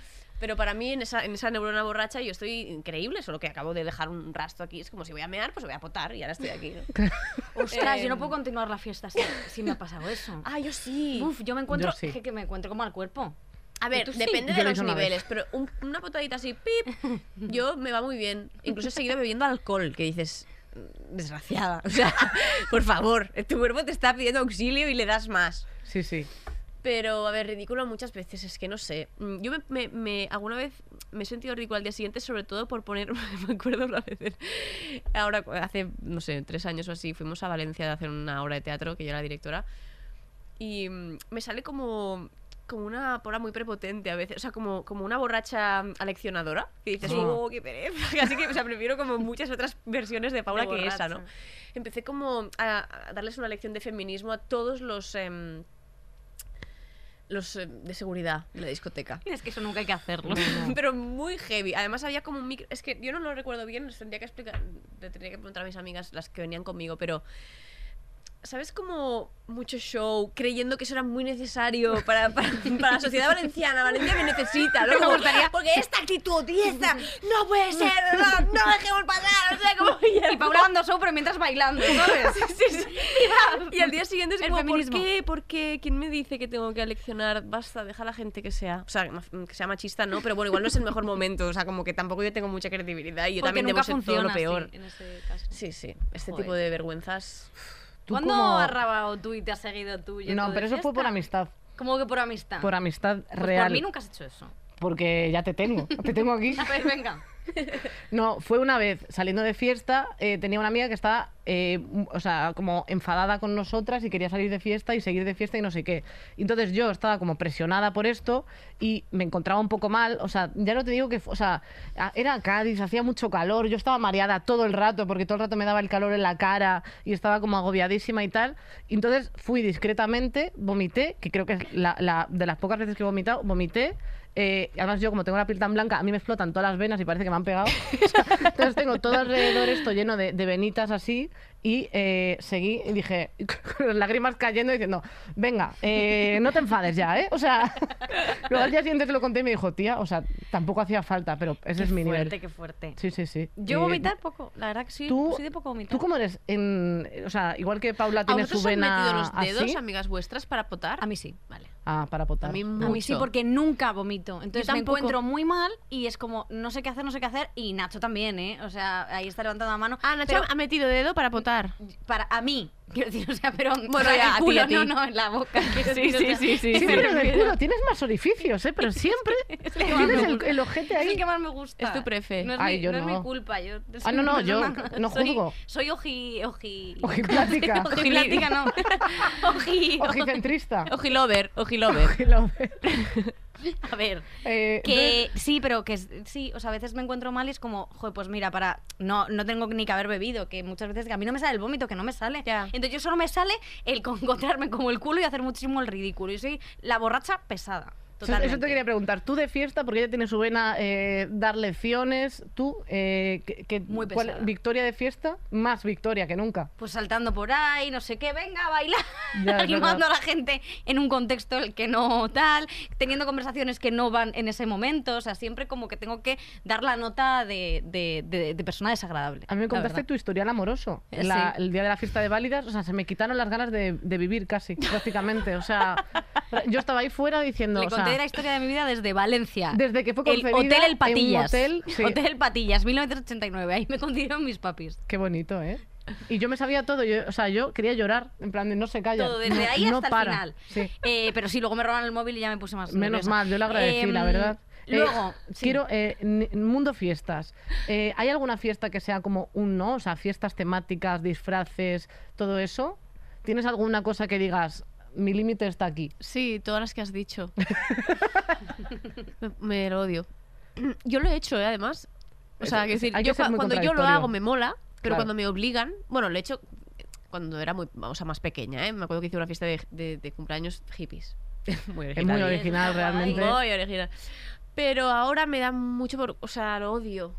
E: Pero para mí, en esa, en esa neurona borracha, yo estoy increíble, solo que acabo de dejar un rastro aquí. Es como si voy a mear, pues voy a potar y ahora estoy aquí. ¿no?
B: Ostras,
E: Eh,
B: yo no puedo continuar la fiesta si, si me ha pasado eso.
E: ah, yo sí.
B: Uf, yo me encuentro,
C: Yo sí.
B: que, que me encuentro como al cuerpo.
E: A ver,
B: ¿Tú sí?
E: depende
C: Yo
E: de
C: lo
E: los
C: hice una vez.
E: niveles, pero un- una potadita así, pip, yo me va muy bien. Incluso he seguido bebiendo alcohol, que dices, "Mm, desgraciada. O sea, por favor, tu cuerpo te está pidiendo auxilio y le das más.
C: Sí, sí.
E: Pero, a ver, ridículo muchas veces, es que no sé. Mm, Yo me, me- me- alguna vez me he sentido ridículo al día siguiente, sobre todo por poner, me acuerdo una vez, en- ahora cu- hace, no sé, tres años o así, fuimos a Valencia a hacer una obra de teatro, que yo era la directora, y mm, me sale como, como una pora muy prepotente a veces, o sea, como, como una borracha mm, aleccionadora, que dices,
C: Sí.
E: oh, qué pereza. Así que, o sea, prefiero como muchas otras versiones de Paula
B: De
E: que esa,
B: borracha.
E: ¿no? Empecé como a, a darles una lección de feminismo a todos los... em, los eh, de seguridad de la discoteca.
B: Es que eso nunca hay que hacerlo.
E: Pero muy heavy. Además había como un micro... Es que yo no lo recuerdo bien, les tendría que explicar... Le tendría que preguntar a mis amigas, las que venían conmigo, pero... ¿Sabes como mucho show creyendo que eso era muy necesario para, para, para la sociedad valenciana? Valencia me necesita, ¿no? Como, Porque esta actitud y esta
B: "Oh,
E: no
B: pues".
E: puede ser, no, no dejemos pasar, o sea, como...
B: Y Paula dando show, pero mientras bailando, ¿sabes?
E: Y al día siguiente es
B: El
E: como, ¿por
B: feminismo.
E: qué? ¿Por qué? ¿Quién me dice que tengo que leccionar? Basta, deja a la gente que sea. O sea, ma- que sea machista, ¿no? Pero bueno, igual no es el mejor momento. O sea, como que tampoco yo tengo mucha credibilidad y yo
B: Porque
E: también debo
B: nunca
E: ser todo lo
B: funciona
E: peor.
B: así, en este caso.
E: Sí, sí. Este
B: Joder.
E: tipo de vergüenzas.
C: Tú
B: ¿Cuándo
C: como-
B: has rabado tú y te has seguido tú? y yo
C: No,
B: todo
C: pero
B: de
C: eso fue por
B: fiesta?
C: amistad.
B: ¿Cómo que por amistad?
C: Por amistad
B: Pues
C: real.
B: Por mí nunca has hecho eso.
C: Porque ya te tengo. Te tengo aquí.
B: A ver, venga.
C: No, fue una vez saliendo de fiesta, eh, tenía una amiga que estaba, eh, m- o sea, como enfadada con nosotras y quería salir de fiesta y seguir de fiesta y no sé qué. Y Entonces yo estaba como presionada por esto y me encontraba un poco mal, o sea, ya no te digo que, fu- o sea, a- era Cádiz, hacía mucho calor, yo estaba mareada todo el rato porque todo el rato me daba el calor en la cara y estaba como agobiadísima y tal. Y Entonces fui discretamente, vomité, que creo que es la, la- de las pocas veces que he vomitado, vomité. Eh, además yo como tengo la piel tan blanca, a mí me explotan todas las venas y parece que me han pegado. O sea, entonces tengo todo alrededor esto lleno de, de venitas así y eh, seguí y dije, con las lágrimas cayendo diciendo, venga, eh, no te enfades ya, ¿eh? O sea, luego al día siguiente se lo conté y me dijo, tía, o sea, tampoco hacía falta, pero ese es mi
B: fuerte,
C: nivel.
B: qué fuerte.
C: Sí, sí, sí.
B: Yo
C: Eh,
B: vomitar poco, la verdad que sí,
C: tú-
B: soy de poco vomitar.
C: ¿Tú cómo eres? En, o sea, igual que Paula
E: ¿A
C: tiene su
E: vosotros han
C: vena
E: metido los dedos,
C: así.
E: amigas vuestras, para potar? Ah,
B: A mí sí, vale.
C: Ah, para potar.
E: A mí
B: A mí sí,
E: Mucho.
B: porque nunca vomito. Entonces
E: Yo
B: me
E: tampoco.
B: encuentro muy mal y es como, no sé qué hacer, no sé qué hacer. Y Nacho también, ¿eh? O sea, ahí está levantando la mano.
E: Ah, Nacho
B: Pero
E: ha metido dedo para potar.
B: para a mí, quiero decir, o sea, pero
E: Bueno,
B: o sea,
E: ya,
B: el
E: a ti,
B: culo,
E: a ti.
B: no, no, en la boca. quiero decir, o sea,
C: Siempre en el culo, tienes más orificios, ¿eh? Pero siempre
B: Es el que más me
C: tienes el,
B: gusta.
C: el ojete
B: Es
C: ahí.
B: el que más me gusta.
E: Es tu prefe.
B: No es,
C: Ay,
B: mi,
C: yo
B: no es
C: no.
B: mi culpa. Yo
C: Ah, no, no, yo no
B: soy-
C: juzgo.
B: Soy oji. oji.
C: Ojiplática.
B: Ojiplática, no. Oji.
C: Ojicentrista.
E: Ojilover, ojilover.
C: Ojilover.
B: A ver.
C: Eh,
B: Que sí, pero que es- sí, o sea, a veces me encuentro mal y es como, joder, pues mira, para no no tengo ni que haber bebido, que muchas veces que a mí no me sale el vómito, que no me sale.
E: Ya.
B: Entonces yo solo me sale el con- encontrarme como el culo y hacer muchísimo el ridículo. Yo soy la borracha pesada.
C: Eso,
B: Totalmente.
C: eso te quería preguntar. Tú de fiesta, porque ella tiene su vena eh, dar lecciones. Tú, eh, que, que-
B: Muy
C: ¿cuál-
B: pesada.
C: victoria de fiesta, más victoria que nunca.
B: pues saltando por ahí, no sé qué, venga a bailar,
C: Ya, es
B: animando
C: verdad.
B: a la gente en un contexto en el que no tal, teniendo conversaciones que no van en ese momento, o sea, siempre como que tengo que dar la nota de, de- de- de persona desagradable.
C: A mí me
B: la
C: contaste
B: verdad.
C: tu historial amoroso.
B: Eh,
C: La-
B: sí.
C: El día de la fiesta de válidas, o sea, se me quitaron las ganas de, de vivir casi, prácticamente. O sea, yo estaba ahí fuera diciendo.
B: Le
C: o
B: conté
C: sea,
B: la historia de mi vida desde Valencia.
C: Desde que fue
B: el
C: concebida
B: Hotel
C: en
B: El
C: un
B: Patillas.
C: hotel, sí.
B: Hotel El Patillas, 1989. Ahí me consiguieron mis papis.
C: Qué bonito, ¿eh? Y yo me sabía todo, yo, o sea, yo quería llorar, en plan de no se calla.
B: Todo, desde ahí
C: no
B: hasta el
C: para.
B: final.
C: Sí.
B: Eh, pero sí, luego me robaron el móvil y ya me puse más.
C: Menos
B: nerviosa.
C: mal, yo le agradecí,
B: Em,
C: la verdad. Eh,
B: Luego, sí.
C: quiero eh, n- mundo fiestas. Eh, ¿Hay alguna fiesta que sea como un no? O sea, fiestas temáticas, disfraces, todo eso. ¿Tienes alguna cosa que digas, mi límite está aquí?
E: Sí, todas las que has dicho. me, me lo odio. Yo lo he hecho, ¿eh? además. O
C: Es-
E: sea, que
C: es-
E: decir,
C: hay que
E: yo
C: ser
E: cua-
C: muy
E: cuando yo lo
C: contradictorio.
E: hago me mola, pero
C: Claro.
E: cuando me obligan, bueno, lo he hecho cuando era muy, o sea, más pequeña, ¿eh? Me acuerdo que hice una fiesta de, de- de cumpleaños hippies. muy
C: Es muy
E: original.
C: original realmente.
E: Muy original. Pero ahora me da mucho por, o sea, lo odio.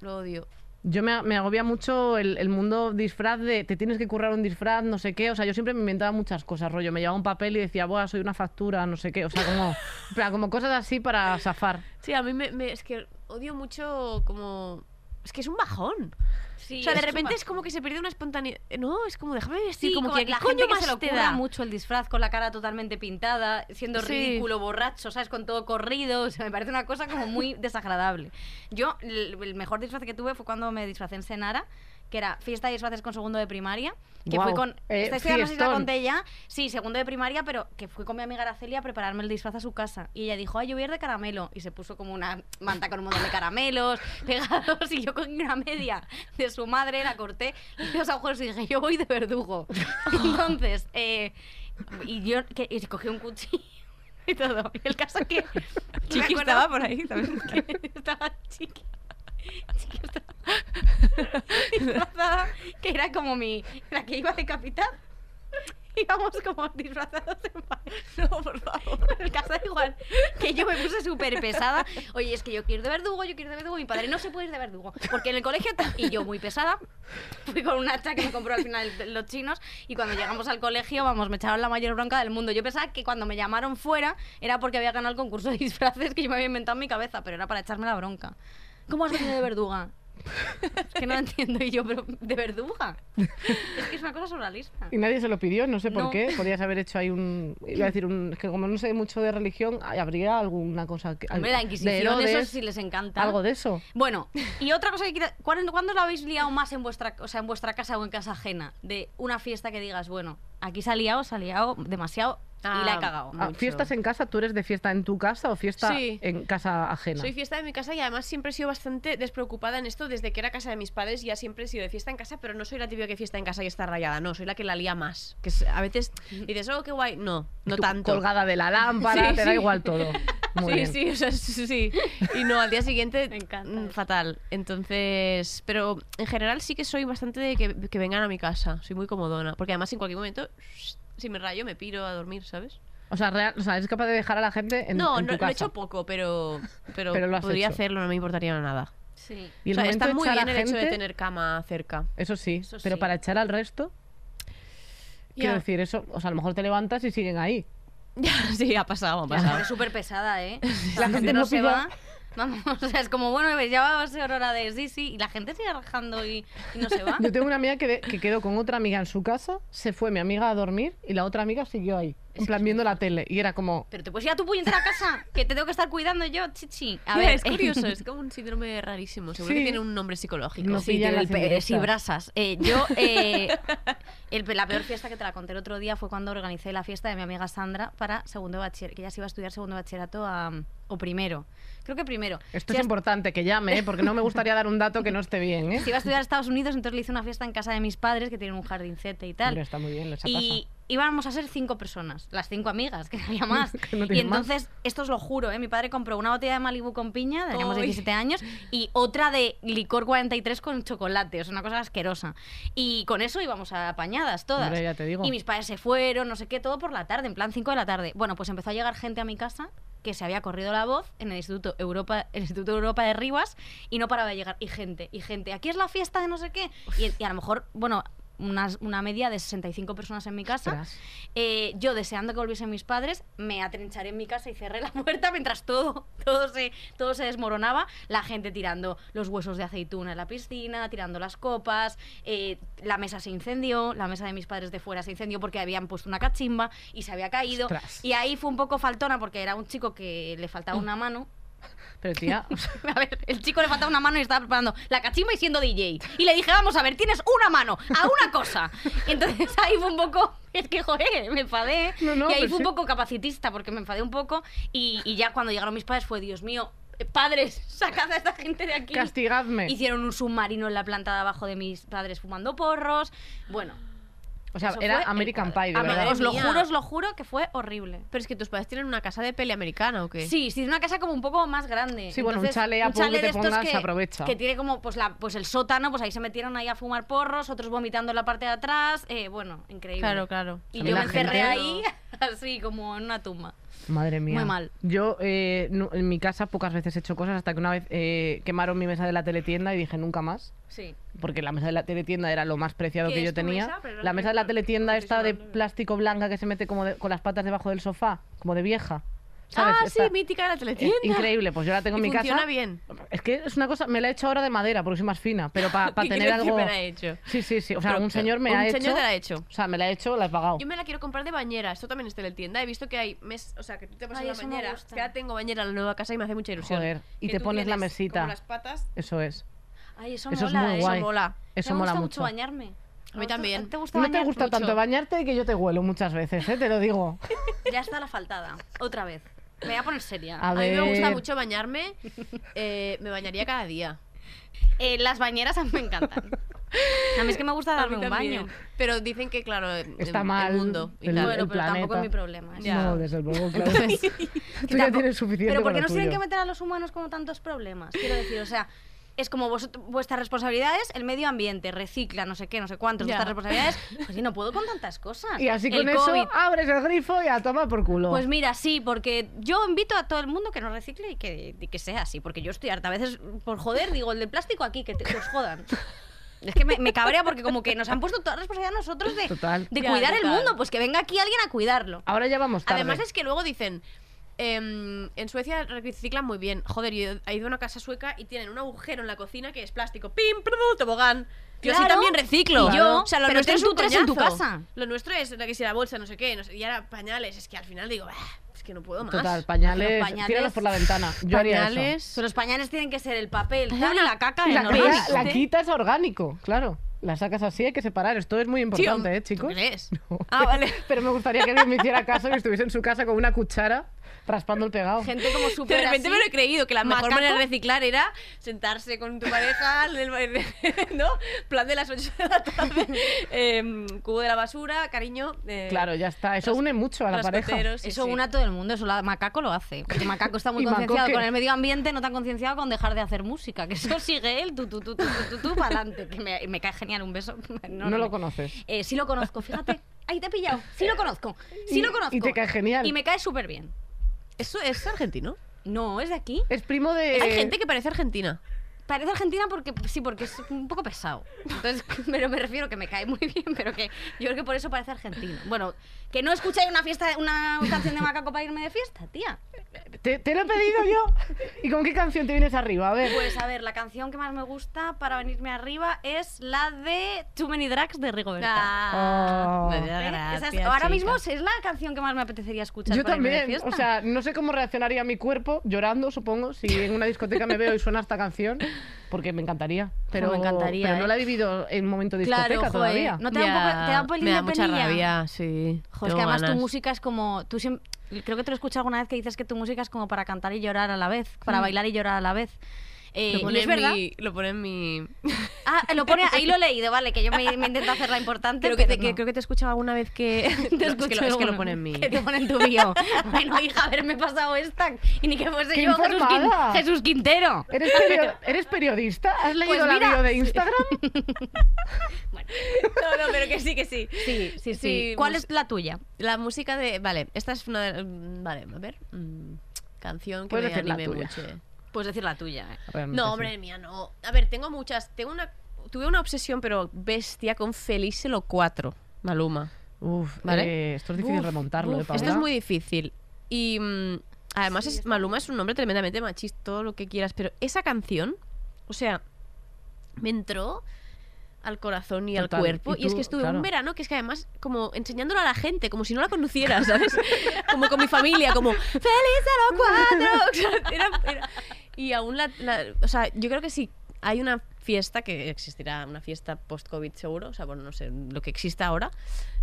E: Lo odio.
C: Yo me, me agobia mucho el, el mundo disfraz de te tienes que currar un disfraz, no sé qué. O sea, yo siempre me inventaba muchas cosas, rollo. Me llevaba un papel y decía, Buah, soy una factura, no sé qué. O sea, como, en plan, como cosas así para zafar.
E: Sí, a mí me, me- es que odio mucho como es que es un bajón.
B: Sí,
E: o sea, de
B: es
E: repente
B: una-
E: es como que se pierde una espontaneidad. No, es como déjame vestir
B: Sí,
E: como,
B: como
E: que
B: la
E: ¿qué coño
B: gente que
E: más
B: se le
E: te
B: ocurra
E: da?
B: mucho el disfraz con la cara totalmente pintada, siendo
E: Sí.
B: ridículo, borracho, ¿sabes? Con todo corrido, o sea, me parece una cosa como muy desagradable. Yo, el, el mejor disfraz que tuve fue cuando me disfracé en Senara, que era fiesta de disfraces con segundo de primaria, que
C: Guau.
B: fue con...
C: Eh,
B: esta historia no sé si la
C: fiestón.
B: conté ya, sí, segundo de primaria, pero que fui con mi amiga Araceli a prepararme el disfraz a su casa. Y ella dijo, ay, yo voy a ir de caramelo. Y se puso como una manta con un montón de caramelos pegados y yo con una media de su madre la corté, le hice los agujeros y dije, yo voy de verdugo. Entonces, eh, y yo que, y cogí un cuchillo y todo. Y el caso que... me
E: Chiqui
B: acuerdo
E: estaba por ahí también.
B: que estaba chiqui. Chiqui estaba disfrazada, que era como mi. La que iba a decapitar. Y íbamos como disfrazados de pareja. No, por favor. El caso da igual. Que yo me puse súper pesada. Oye, es que yo quiero ir de verdugo, yo quiero ir de verdugo. Mi padre no se puede ir de verdugo. Porque en el colegio. tal. Y yo muy pesada. Fui con una hacha que me compró al final de- los chinos. Y cuando llegamos al colegio, vamos, me echaron la mayor bronca del mundo. Yo pensaba que cuando me llamaron fuera era porque había ganado el concurso de disfraces que yo me había inventado en mi cabeza. Pero era para echarme la bronca. ¿Cómo has venido de verduga? Es que no lo entiendo y yo, pero de verduga. Es que es una cosa surrealista.
C: Y nadie se lo pidió, no sé por
B: No.
C: qué. Podrías haber hecho ahí un. Iba a decir, un, es que como no sé mucho de religión, ay, habría alguna cosa. Que,
B: Hombre, la
C: de
B: Inquisición, eso
C: Herodes,
B: sí les encanta.
C: Algo de eso.
B: Bueno, y otra cosa que quiero... ¿Cuándo, cuándo la habéis liado más en vuestra, o sea, en vuestra casa o en casa ajena? De una fiesta que digas, bueno, aquí se ha liado, se ha liado demasiado y la he
E: Ah,
B: cagado.
C: Ah,
E: Mucho.
C: ¿Fiestas en casa? ¿Tú eres de fiesta en tu casa o fiesta
E: Sí.
C: en casa ajena?
E: Soy fiesta de mi casa y además siempre he sido bastante despreocupada en esto desde que era casa de mis padres. Ya siempre he sido de fiesta en casa, pero no soy la típica que fiesta en casa y está rayada. No, soy la que la lía más. Que es- a veces dices, oh, qué guay. No, no
C: Tú
E: tanto.
C: Colgada de la lámpara,
E: Sí,
C: te da
E: sí.
C: igual todo. Muy bien.
E: sí, sí, o sea, sí, sí. Y no, al día siguiente,
B: Me encanta
E: mm,
B: eso.
E: fatal. Entonces, pero en general sí que soy bastante de que, que vengan a mi casa. Soy muy comodona. Porque además en cualquier momento, si me rayo, me piro a dormir, ¿sabes?
C: O sea, real- o sea, eres capaz de dejar a la gente en,
E: no,
C: en tu
E: no lo
C: casa.
E: he hecho poco, pero, pero,
C: Pero lo has
E: podría
C: hecho.
E: hacerlo, no me importaría nada.
B: Sí.
C: Y el
E: o sea,
C: momento
E: está
C: de
E: muy
C: echar
E: bien
C: a
E: el hecho de
C: gente-
E: tener cama cerca.
C: Eso sí,
B: Eso
C: pero
B: sí.
C: para echar al resto, quiero
E: Ya.
C: decir eso. O sea, a lo mejor te levantas y siguen ahí.
E: Ya, sí, ha pasado, ha
B: La gente
E: pasado.
B: es súper pesada, ¿eh? La
C: sí.
B: gente
C: No
B: no se
C: pilla-
B: va. Vamos, o sea, es como, bueno, ya va a ser hora de sí, sí, y la gente sigue rajando y, y no se va.
C: Yo tengo una amiga que, de- que quedó con otra amiga en su casa, se fue mi amiga a dormir y la otra amiga siguió ahí, en plan viendo la tele. Y era como,
B: Pero te puedes ir a tu puñetera casa, que te tengo que estar cuidando yo, chichi. A ver,
E: es curioso, es como un síndrome rarísimo. Seguro
C: eh, Sí.
E: que tiene un nombre psicológico.
C: No
B: Sí,
C: pillan
B: del
C: las
B: pe-
C: indirectas.
B: sí, brasas. Eh, yo, eh, el pe- la peor fiesta que te la conté el otro día fue cuando organicé la fiesta de mi amiga Sandra para segundo de bachiller, que ella se iba a estudiar segundo de bachillerato a- o primero. Creo que primero.
C: esto es
B: Se iba a-
C: importante, que llame, ¿eh? porque no me gustaría dar un dato que no esté bien. ¿eh?
B: Se iba a estudiar a Estados Unidos, entonces le hice una fiesta en casa de mis padres, que tienen un jardincete y
C: Hombre,
B: tal.
C: está muy bien esa
B: Y íbamos a ser cinco personas, las cinco amigas, que no había más.
C: Que no
B: y
C: tienes más.
B: entonces, esto os lo juro, ¿eh? mi padre compró una botella de Malibu con piña, teníamos
E: Ay.
B: 17 años, y otra de licor 43 con chocolate, o sea, una cosa asquerosa. Y con eso íbamos a apañadas todas.
C: Hombre, ya te digo.
B: Y mis padres se fueron, no sé qué, todo por la tarde, en plan 5 de la tarde. Bueno, pues empezó a llegar gente a mi casa que se había corrido la voz en el Instituto Europa, el Instituto Europa de Rivas y no paraba de llegar. Y gente, y gente, aquí es la fiesta de no sé qué. Y, y a lo mejor, bueno, unas- una media de 65 personas en mi casa.
C: Ostras.
B: Eh, yo deseando que volviesen mis padres, me atrencharé en mi casa y cerré la puerta mientras todo, todo, se, todo se desmoronaba. La gente tirando los huesos de aceituna en la piscina, tirando las copas, eh, la mesa se incendió, la mesa de mis padres de fuera se incendió porque habían puesto una cachimba y se había caído.
C: Ostras.
B: Y ahí fue un poco faltona porque era un chico que le faltaba una mano.
C: Pero tía, o sea,
B: A ver, el chico le faltaba una mano y estaba preparando la cachimba y siendo DJ. Y le dije, vamos a ver, tienes una mano a una cosa. Entonces ahí fue un poco, es que joder, me enfadé.
C: No, no,
B: y ahí
C: pero
B: fue
C: sí.
B: un poco capacitista porque me enfadé un poco. Y, y ya cuando llegaron mis padres fue, Dios mío, eh, padres, sacad a esta gente de aquí.
C: castigadme.
B: Hicieron un submarino en la planta de abajo de mis padres fumando porros. Bueno,
C: O sea,
B: eso
C: era
B: fue eh, el-
C: American Pie, de
E: Ah,
C: verdad.
E: madre
B: os lo
E: mía.
B: juro, os lo juro que fue horrible.
E: Pero es que tus padres tienen una casa de peli americana o qué?
B: Sí, sí, tiene una casa como un poco más grande.
C: Sí, bueno, un chale a poco que te
B: de estos
C: pongas, se aprovecha.
B: Que tiene como pues, la, pues el sótano, pues ahí se metieron ahí a fumar porros, otros vomitando en la parte de atrás. eh, bueno, increíble.
E: Claro, claro.
B: Y
C: También
B: yo me
C: la gente-
B: encerré ahí, así como en una tumba.
C: Madre mía.
B: Muy mal.
C: Yo eh, no- en mi casa pocas veces he hecho cosas hasta que una vez eh, quemaron mi mesa de la teletienda y dije nunca más.
B: Sí.
C: Porque la mesa de la teletienda era lo más preciado
B: ¿Qué
C: que
B: es
C: yo
B: tu
C: tenía.
B: mesa? Pero no
C: la mesa de la teletienda
E: estoy
C: esta de
E: sonando.
C: plástico blanca que se mete como de- con las patas debajo del sofá, como de vieja. ¿Sabes?
E: Ah,
C: Esta-
E: sí, mítica de la
C: es
E: teletienda.
C: increíble, pues yo la tengo
E: Y
C: en mi casa.
E: funciona bien.
C: Es que es una cosa, me la he hecho ahora de madera porque soy más fina, pero para
E: ¿Qué
C: tener
E: quieres que
C: algo.
E: me la he hecho?
C: Sí, sí, sí. O sea,
E: Pero-
C: un señor me
E: un
C: ha hecho. Oh.
E: señor te la ha hecho.
C: O sea, me la he hecho, la he pagado.
E: Yo me la quiero comprar de bañera. Esto también es teletienda. He visto que hay mes, o sea, que tú te vas
B: Ay,
E: a la
B: eso me
E: bañera.
B: gusta.
E: Ya tengo bañera en la nueva casa y me hace mucha ilusión.
C: Joder, y
E: Que
C: te
E: tú
C: pones la
E: tienes
C: mesita.
E: Como las patas.
C: Eso es.
B: Ay, eso,
C: Eso es
B: mola,
C: muy
B: ¿eh?
C: guay.
E: Eso mola.
C: Eso
B: me
C: mola
B: gusta
C: mucho.
B: bañarme.
E: A mí también.
B: ¿Te gusta
C: No te
B: bañarte?
C: gusta tanto
E: Este mucho.
C: bañarte que yo te huelo muchas veces, ¿eh? te lo digo.
B: Ya está la faltada. Otra vez. Me voy a poner seria.
C: A
E: A, mí
C: ver.
E: me gusta mucho bañarme. Eh, me bañaría cada día.
B: Eh, las bañeras a mí me encantan. A mí es que me gusta darme un baño.
E: Pero dicen que, claro, en-
C: Está
E: en-
C: mal
E: el mundo. y
C: el-
E: tal.
B: Bueno,
C: el
B: pero tampoco
C: planeta.
B: es mi problema. ¿eh? eso.
E: Ya.
C: No, desde luego, claro.
E: Entonces,
C: Tú ya
B: Tampoco-
C: tienes suficiente
B: Pero porque
C: con lo
B: no se tienen
C: tuyo.
B: que meter a los humanos con tantos problemas. Quiero decir, o sea, es como vos- vuestras responsabilidades, el medio ambiente, recicla, no sé qué, no sé cuántos,
E: Ya.
B: vuestras responsabilidades. Pues sí, no puedo con tantas cosas.
C: Y así
B: El
C: con eso
B: COVID.
C: abres el grifo y a tomar por culo.
B: Pues mira, sí, porque yo invito a todo el mundo que no recicle y que, y que sea así, porque yo estoy harta. A veces, por joder, digo, el del plástico aquí, que te, que os jodan. Es que me, me cabrea porque como que nos han puesto toda la responsabilidad a nosotros de,
C: Total.
B: de
E: Ya,
B: cuidar el
E: total.
B: mundo, pues que venga aquí alguien a cuidarlo.
C: Ahora ya vamos tarde.
E: Además es que luego dicen, em, en Suecia reciclan muy bien. Joder, yo he ido a una casa sueca y tienen un agujero en la cocina que es plástico. ¡Pim! ¡Pum! ¡Tobogán! Yo sí
B: Claro.
E: también reciclo.
B: Y yo,
E: o sea, lo
B: pero
E: nuestro
B: ten
E: es un
B: tú tres en tu
E: coñazo.
B: casa.
E: Lo nuestro es la que si la bolsa, no sé qué, no sé- y ahora pañales. Es que al final digo, "Ah, es que no puedo más.
C: Total, pañales,
B: Los pañales-
C: tíralos por la ventana. Yo haría eso.
E: Pañales.
B: Pero los pañales tienen que ser el papel, tal, y la caca
C: Y
B: en
C: la, la,
B: orgánico.
C: la quitas a orgánico, claro. La sacas así, hay que separar. Esto es muy
E: Tío,
C: importante, ¿eh,
E: ¿tú
C: chicos?
E: crees?
C: No.
E: Ah, vale.
C: Pero me gustaría que alguien me hiciera caso y estuviese en su casa con una cuchara raspando el pegado.
B: Gente como súper
E: De repente
B: así.
E: me lo he creído que la mejor
B: macaco.
E: manera de reciclar era sentarse con tu pareja, en el- ¿no? Plan de las 8 de la tarde, em, cubo de la basura, cariño. eh,
C: Claro, ya está. Eso une mucho a la pareja.
E: rascoteros, sí,
B: Eso
E: sí.
B: une a todo el mundo, eso la Macaco lo hace. Porque Macaco está muy
C: ¿Y Macaco
B: concienciado
C: qué?
B: con el medio ambiente, no tan concienciado con dejar de hacer música. Que eso sigue él, tú, tú, tú, tú, tú, tú, para adelante. Que me, me cae genial, un beso.
C: No,
B: enorme.
C: lo conoces.
B: Eh, sí lo conozco, fíjate. Ahí te he pillado. Sí lo conozco. Sí
C: Y-
B: lo conozco.
C: y te cae genial.
B: Y me cae súper bien.
E: Eso es argentino.
B: No, es de aquí.
C: Es primo de.
E: Hay gente que parece argentina.
B: Parece argentina porque sí, porque es un poco pesado. Entonces, pero me refiero que me cae muy bien, pero que yo creo que por eso parece argentino. Bueno, que no escucháis una fiesta, una canción de Macaco para irme de fiesta, tía.
C: ¿Te, te lo he pedido yo. ¿Y con qué canción te vienes arriba? A ver.
B: Pues a ver, la canción que más me gusta para venirme arriba es la de Too Many Drugs de Rigoberta.
C: Ah.
E: me da
B: ¿Eh?
E: gracia,
B: Esa es- ahora
E: chica.
B: mismo es la canción que más me apetecería escuchar.
C: Yo
B: para irme de
C: también, o sea,
B: fiesta.
C: no sé cómo reaccionaría mi cuerpo llorando, supongo, si en una discoteca me veo y suena esta canción, porque me encantaría. Pero,
B: me encantaría,
C: pero no
B: ¿eh?
C: la he vivido en momento de discoteca
B: Claro, joder,
C: todavía.
B: no- te da un poco- te da un pelín
E: me da
B: de
E: mucha
B: penilla.
E: rabia, sí.
B: Jo, es
E: Tengo
B: que además tu
E: ganas.
B: música es como. Tú siem- creo que te lo escuché alguna vez que dices que tu música es como para cantar y llorar a la vez, para
C: Mm.
B: bailar y llorar a la vez. Eh,
E: Lo
B: y
E: pone,
B: es
E: en
B: verdad.
E: mi, lo pone en mi...
B: Ah, lo pone ahí lo he leído, vale, que yo me, me intento hacer la importante.
E: Creo que, te,
B: pero
E: que-
B: no.
E: creo que te he escuchado alguna vez que...
B: Te
E: No, es
B: escucho
E: que lo, es que lo
B: alguna.
E: pone en mi...
B: Que te pone en tu bio. bueno, hija, haberme pasado esta. Y ni que fuese
C: ¡Qué
B: yo Jesús, Quin-
C: informada!
B: Jesús Quintero.
C: ¿Eres, perio- eres periodista? ¿Has leído la
B: mira,
C: bio de Instagram?
E: No, no, pero que sí, que sí.
B: Sí, sí, sí.
E: Sí,
B: ¿Cuál
E: mus-
B: es la tuya?
E: La música de... Vale, esta es una... de- mm, Vale, a ver. mm, Canción que
C: Puedes
E: me
C: decir la
E: anime
C: tuya.
E: mucho.
B: Puedes decir la tuya.
E: No, hombre, mía, no. A ver, tengo muchas... Tengo una... Tuve una obsesión, pero bestia, con Felice lo 4. Maluma.
C: Uf,
E: ¿Vale?
C: eh, esto es difícil
E: Uf,
C: remontarlo, ¿eh,
E: uf, Esto es
C: Paula?
E: muy difícil. Y mm, además es- Maluma es un nombre tremendamente machista, todo lo que quieras, pero esa canción, o sea, me entró al corazón y
C: Total,
E: al cuerpo.
C: y
E: Y, es
C: tú,
E: que estuve
C: claro.
E: un verano que es que además como enseñándola a la gente, como si no la conociera, ¿sabes? como con mi familia, como ¡Feliz a los cuatro! O sea, era- era- Y aún la, la- O sea, yo creo que sí, hay una fiesta que existirá, una fiesta post-COVID seguro, o sea, bueno, no sé, lo que exista ahora,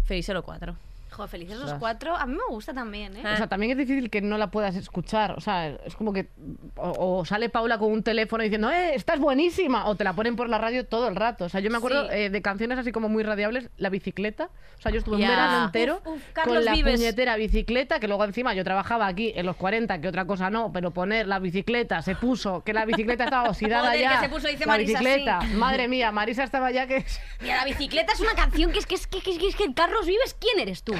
E: Feliz a los cuatro.
B: Jo, felices los
C: Ostras.
B: cuatro. A mí me gusta también, ¿eh?
C: O sea, también es difícil que no la puedas escuchar. O sea, es como que. O, o sale Paula con un teléfono diciendo, ¡eh, estás buenísima! O te la ponen por la radio todo el rato. O sea, yo me acuerdo
B: Sí.
C: eh, de canciones así como muy radiables, La bicicleta. O sea, yo estuve
E: Ya.
C: un verano entero
B: Uf, uf,
C: con
B: Carlos
C: la
B: Vives.
C: puñetera bicicleta, que luego encima yo trabajaba aquí en los 40, que otra cosa no, pero poner la bicicleta se puso, que la bicicleta estaba oxidada
B: Joder, que
C: ya.
B: se puso, dice
C: la
B: Marisa,
C: bicicleta,
B: sí.
C: madre mía, Marisa estaba ya que.
B: Mira, la bicicleta es una canción que es que es que, que, es que Carlos Vives, ¿quién eres tú?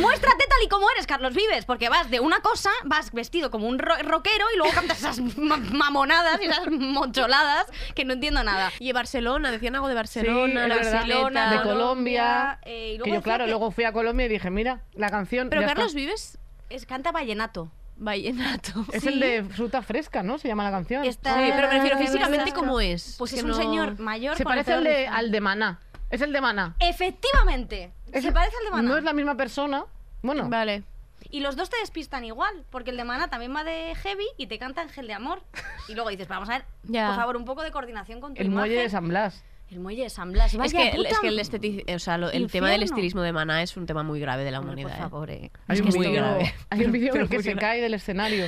B: Muéstrate tal y como eres, Carlos Vives, porque vas de una cosa, vas vestido como un ro- rockero y luego cantas esas ma- mamonadas y esas mocholadas que no entiendo nada.
E: Y Barcelona, decían algo de
C: Sí,
E: Barcelona,
C: es verdad.
E: Barcelona.
C: de Colombia.
B: Colombia, eh, y luego
C: que yo,
B: decía
C: claro,
B: que-
C: luego fui a Colombia y dije, mira, la canción.
E: Pero
C: ya está.
E: Carlos Vives,
B: Es, canta vallenato.
E: vallenato.
C: Es
B: Sí.
C: el de fruta fresca, ¿no? Se llama la canción.
B: Está-
E: Oye, pero me refiero
B: Ah,
E: físicamente
B: está.
E: cómo es.
B: Pues
E: Que
B: es un
E: no-
B: señor mayor.
C: Se
B: con el
C: parece al
B: pelo
C: de,
B: rizado.
C: al de Maná. Es el de Maná.
B: Efectivamente.
C: Es
B: se parece al de Maná.
C: No es la misma persona. Bueno,
E: Vale.
B: Y los dos te despistan igual, porque el de Maná también va de heavy y te canta Ángel de Amor. Y luego dices, vamos a ver,
E: Ya.
B: por favor, un poco de coordinación con tu
C: el muelle
B: imagen.
C: de San Blas.
B: El muelle de San Blas.
E: Es
B: Vaya
E: que,
B: puta-
E: es que el, estetici- o sea, lo- el tema del
B: infierno.
E: estilismo de Maná es un tema muy grave de la
B: Hombre,
E: humanidad.
B: por favor,
E: ¿eh?
B: eh.
C: Hay
E: Es
C: un
E: que es muy
C: vídeo
E: grave.
C: hay un vídeo en
E: Pero
C: el que
E: muy
C: se
E: grave.
C: cae del escenario.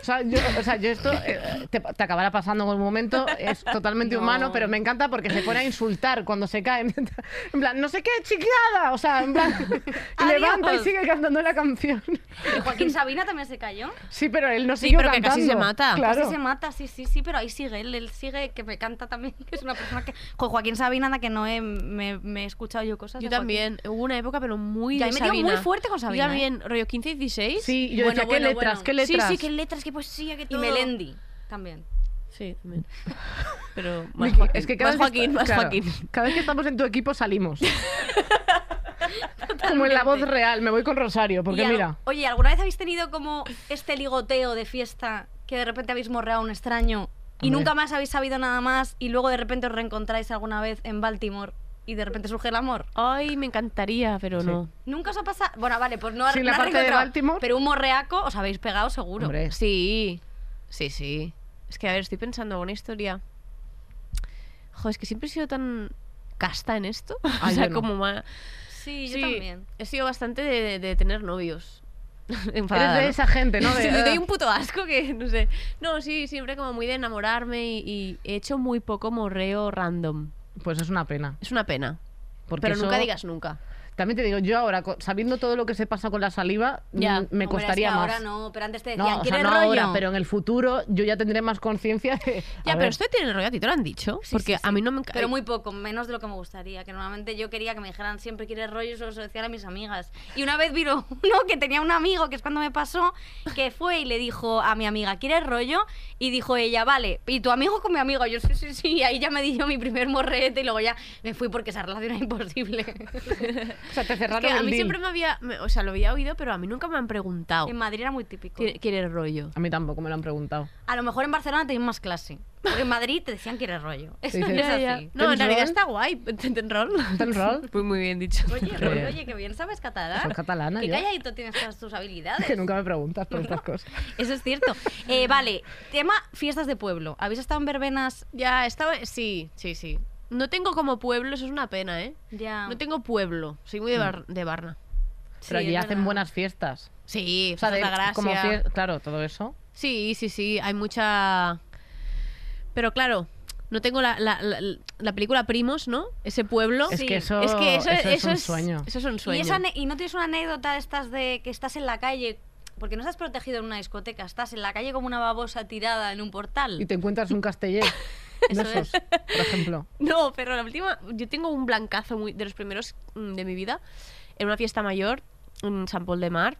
C: O sea, yo, o sea, yo esto eh, te, te acabará pasando en algún momento, es totalmente humano, pero me encanta porque se pone a insultar cuando se cae. En plan, no sé qué, chiquiada. O sea, en plan, levanta y
B: Adiós.
C: sigue cantando la canción.
B: Y Joaquín Sabina también se cayó.
C: Sí, pero él no
E: Sí,
C: siguió
E: pero que
C: cantando.
E: casi se mata.
C: Claro.
B: Casi se mata, sí, sí, sí, pero ahí sigue, él, él sigue, que me canta también, que es una persona que... Jo, Joaquín Sabina, anda que no he, me, me he escuchado yo cosas.
E: Yo
B: de Joaquín.
E: también. Hubo una época, pero muy
B: Ya,
E: de
B: me dio
E: Sabina.
B: muy fuerte con Sabina,
E: Yo también, rollo 15 y 16.
C: ¿eh? Sí, yo
E: Bueno,
C: decía,
E: bueno,
C: ¿qué letras?
E: bueno.
C: ¿Qué letras?
E: Sí, sí, qué letras, qué poesía, qué
B: Y
E: todo.
B: Melendi también.
E: Sí, también. Pero más
C: Vicky,
E: Joaquín.
C: es que cada
E: más
C: vez
E: Joaquín,
C: que-
E: más
C: claro,
E: Joaquín.
C: Cada vez que estamos en tu equipo salimos. Como en la voz real, me voy con Rosario, porque
B: Y al-
C: mira.
B: Oye, ¿alguna vez habéis tenido como este ligoteo de fiesta que de repente habéis morreado a un extraño y
C: Hombre.
B: nunca más habéis sabido nada más y luego de repente os reencontráis alguna vez en Baltimore y de repente surge el amor?
E: Ay, me encantaría, pero
C: Sí.
E: no.
B: ¿Nunca os ha pasado? Bueno, vale, pues no,
C: Sí,
B: no
C: la
B: has
C: parte de
B: reencontrado,
C: Baltimore.
B: Pero un morreaco os habéis pegado seguro.
C: Hombre.
E: Sí, sí, sí. Es que, a ver, estoy pensando alguna historia. Joder, es que siempre he sido tan casta en esto.
C: Ay,
E: o
C: Ah,
E: sea,
C: yo no.
E: como más...
B: Sí, yo también.
E: He sido bastante de, de tener novios. Enfadada,
C: Eres de
E: ¿no?
C: esa gente, ¿no? De, ah.
E: Sí, doy un puto asco que, no sé. No, sí, siempre como muy de enamorarme y, y he hecho muy poco morreo random.
C: Pues es una pena.
E: Es una pena.
C: Porque
E: pero
C: eso-
E: nunca digas nunca.
C: También te digo, yo ahora, co- sabiendo todo lo que se pasa con la saliva,
E: Ya.
C: mm, me
B: Hombre,
C: costaría
B: es que
C: más.
B: Ahora no, pero antes te
C: No,
B: decían,
C: o sea,
B: ¿quieres
C: no
B: rollo?
C: ahora, pero en el futuro yo ya tendré más conciencia de.
E: Ya,
C: a
E: pero
C: ver,
E: esto tiene rollo, a ti te lo han dicho.
B: Sí, sí,
E: porque
B: sí.
E: a mí no me enca-
B: Pero muy poco, menos de lo que me gustaría. Que normalmente yo quería que me dijeran siempre quieres rollo, eso se lo decían a mis amigas. Y una vez vino uno que tenía un amigo, que es cuando me pasó, que fue y le dijo a mi amiga, ¿quieres rollo? Y dijo ella, vale. ¿Y tu amigo con mi amigo? Yo, sí, sí, sí. Y ahí ya me di yo mi primer morrete y luego ya me fui porque esa relación era imposible.
C: O sea, te
E: Es
C: cerraron
E: que a
C: el
E: mí
C: deal.
E: siempre me había. me- o sea, lo había oído, pero a mí nunca me han preguntado.
B: en Madrid era muy típico.
E: "¿Qui- ¿Quieres rollo?
C: A mí tampoco me lo han preguntado.
B: A lo mejor en Barcelona tenías más clase. Porque en Madrid te decían quieres rollo. Eso
C: dices,
B: no es
C: Ya,
E: Ya,
B: así.
E: ya. No, en
C: ¿Ten
E: realidad
C: rol?
E: está guay. ¿Ten rol?
C: ¿Ten rol?
E: Pues muy bien dicho.
B: Oye,
C: Creo.
B: oye, oye, que bien sabes catalán.
C: Soy catalana,
B: Qué
C: yo.
B: calladito tienes todas tus habilidades.
C: Que nunca me preguntas por estas cosas.
B: Eso es cierto. Eh, vale, tema fiestas de pueblo. ¿Habéis estado en verbenas?
E: Ya, estaba. Sí, sí, sí. No tengo como pueblo, eso es una pena, ¿eh?
B: Ya.
E: No tengo pueblo. Soy muy de, Bar- de Barna.
C: Pero
B: Sí,
C: allí
B: es
C: hacen
B: verdad.
C: buenas fiestas.
E: Sí,
C: O sea,
E: Plaza
C: de-
E: de gracia.
C: como fie- claro, todo eso.
E: Sí, sí, sí, hay mucha... Pero claro, no tengo la, la, la- la película Primos, ¿no? Ese pueblo.
C: Es
B: Sí.
C: que eso,
E: Es que eso,
C: eso
E: eso
C: es un sueño.
E: Eso es un sueño.
B: ¿Y, esa ane- y no tienes una anécdota de estas de que estás en la calle, porque no estás protegido en una discoteca, estás en la calle como una babosa tirada en un portal.
C: Y te encuentras un castellet. de
B: Eso es.
C: esos, por ejemplo.
E: No, pero la última... Yo tengo un blancazo muy, de los primeros mm, de mi vida en una fiesta mayor en San Pol de Mar.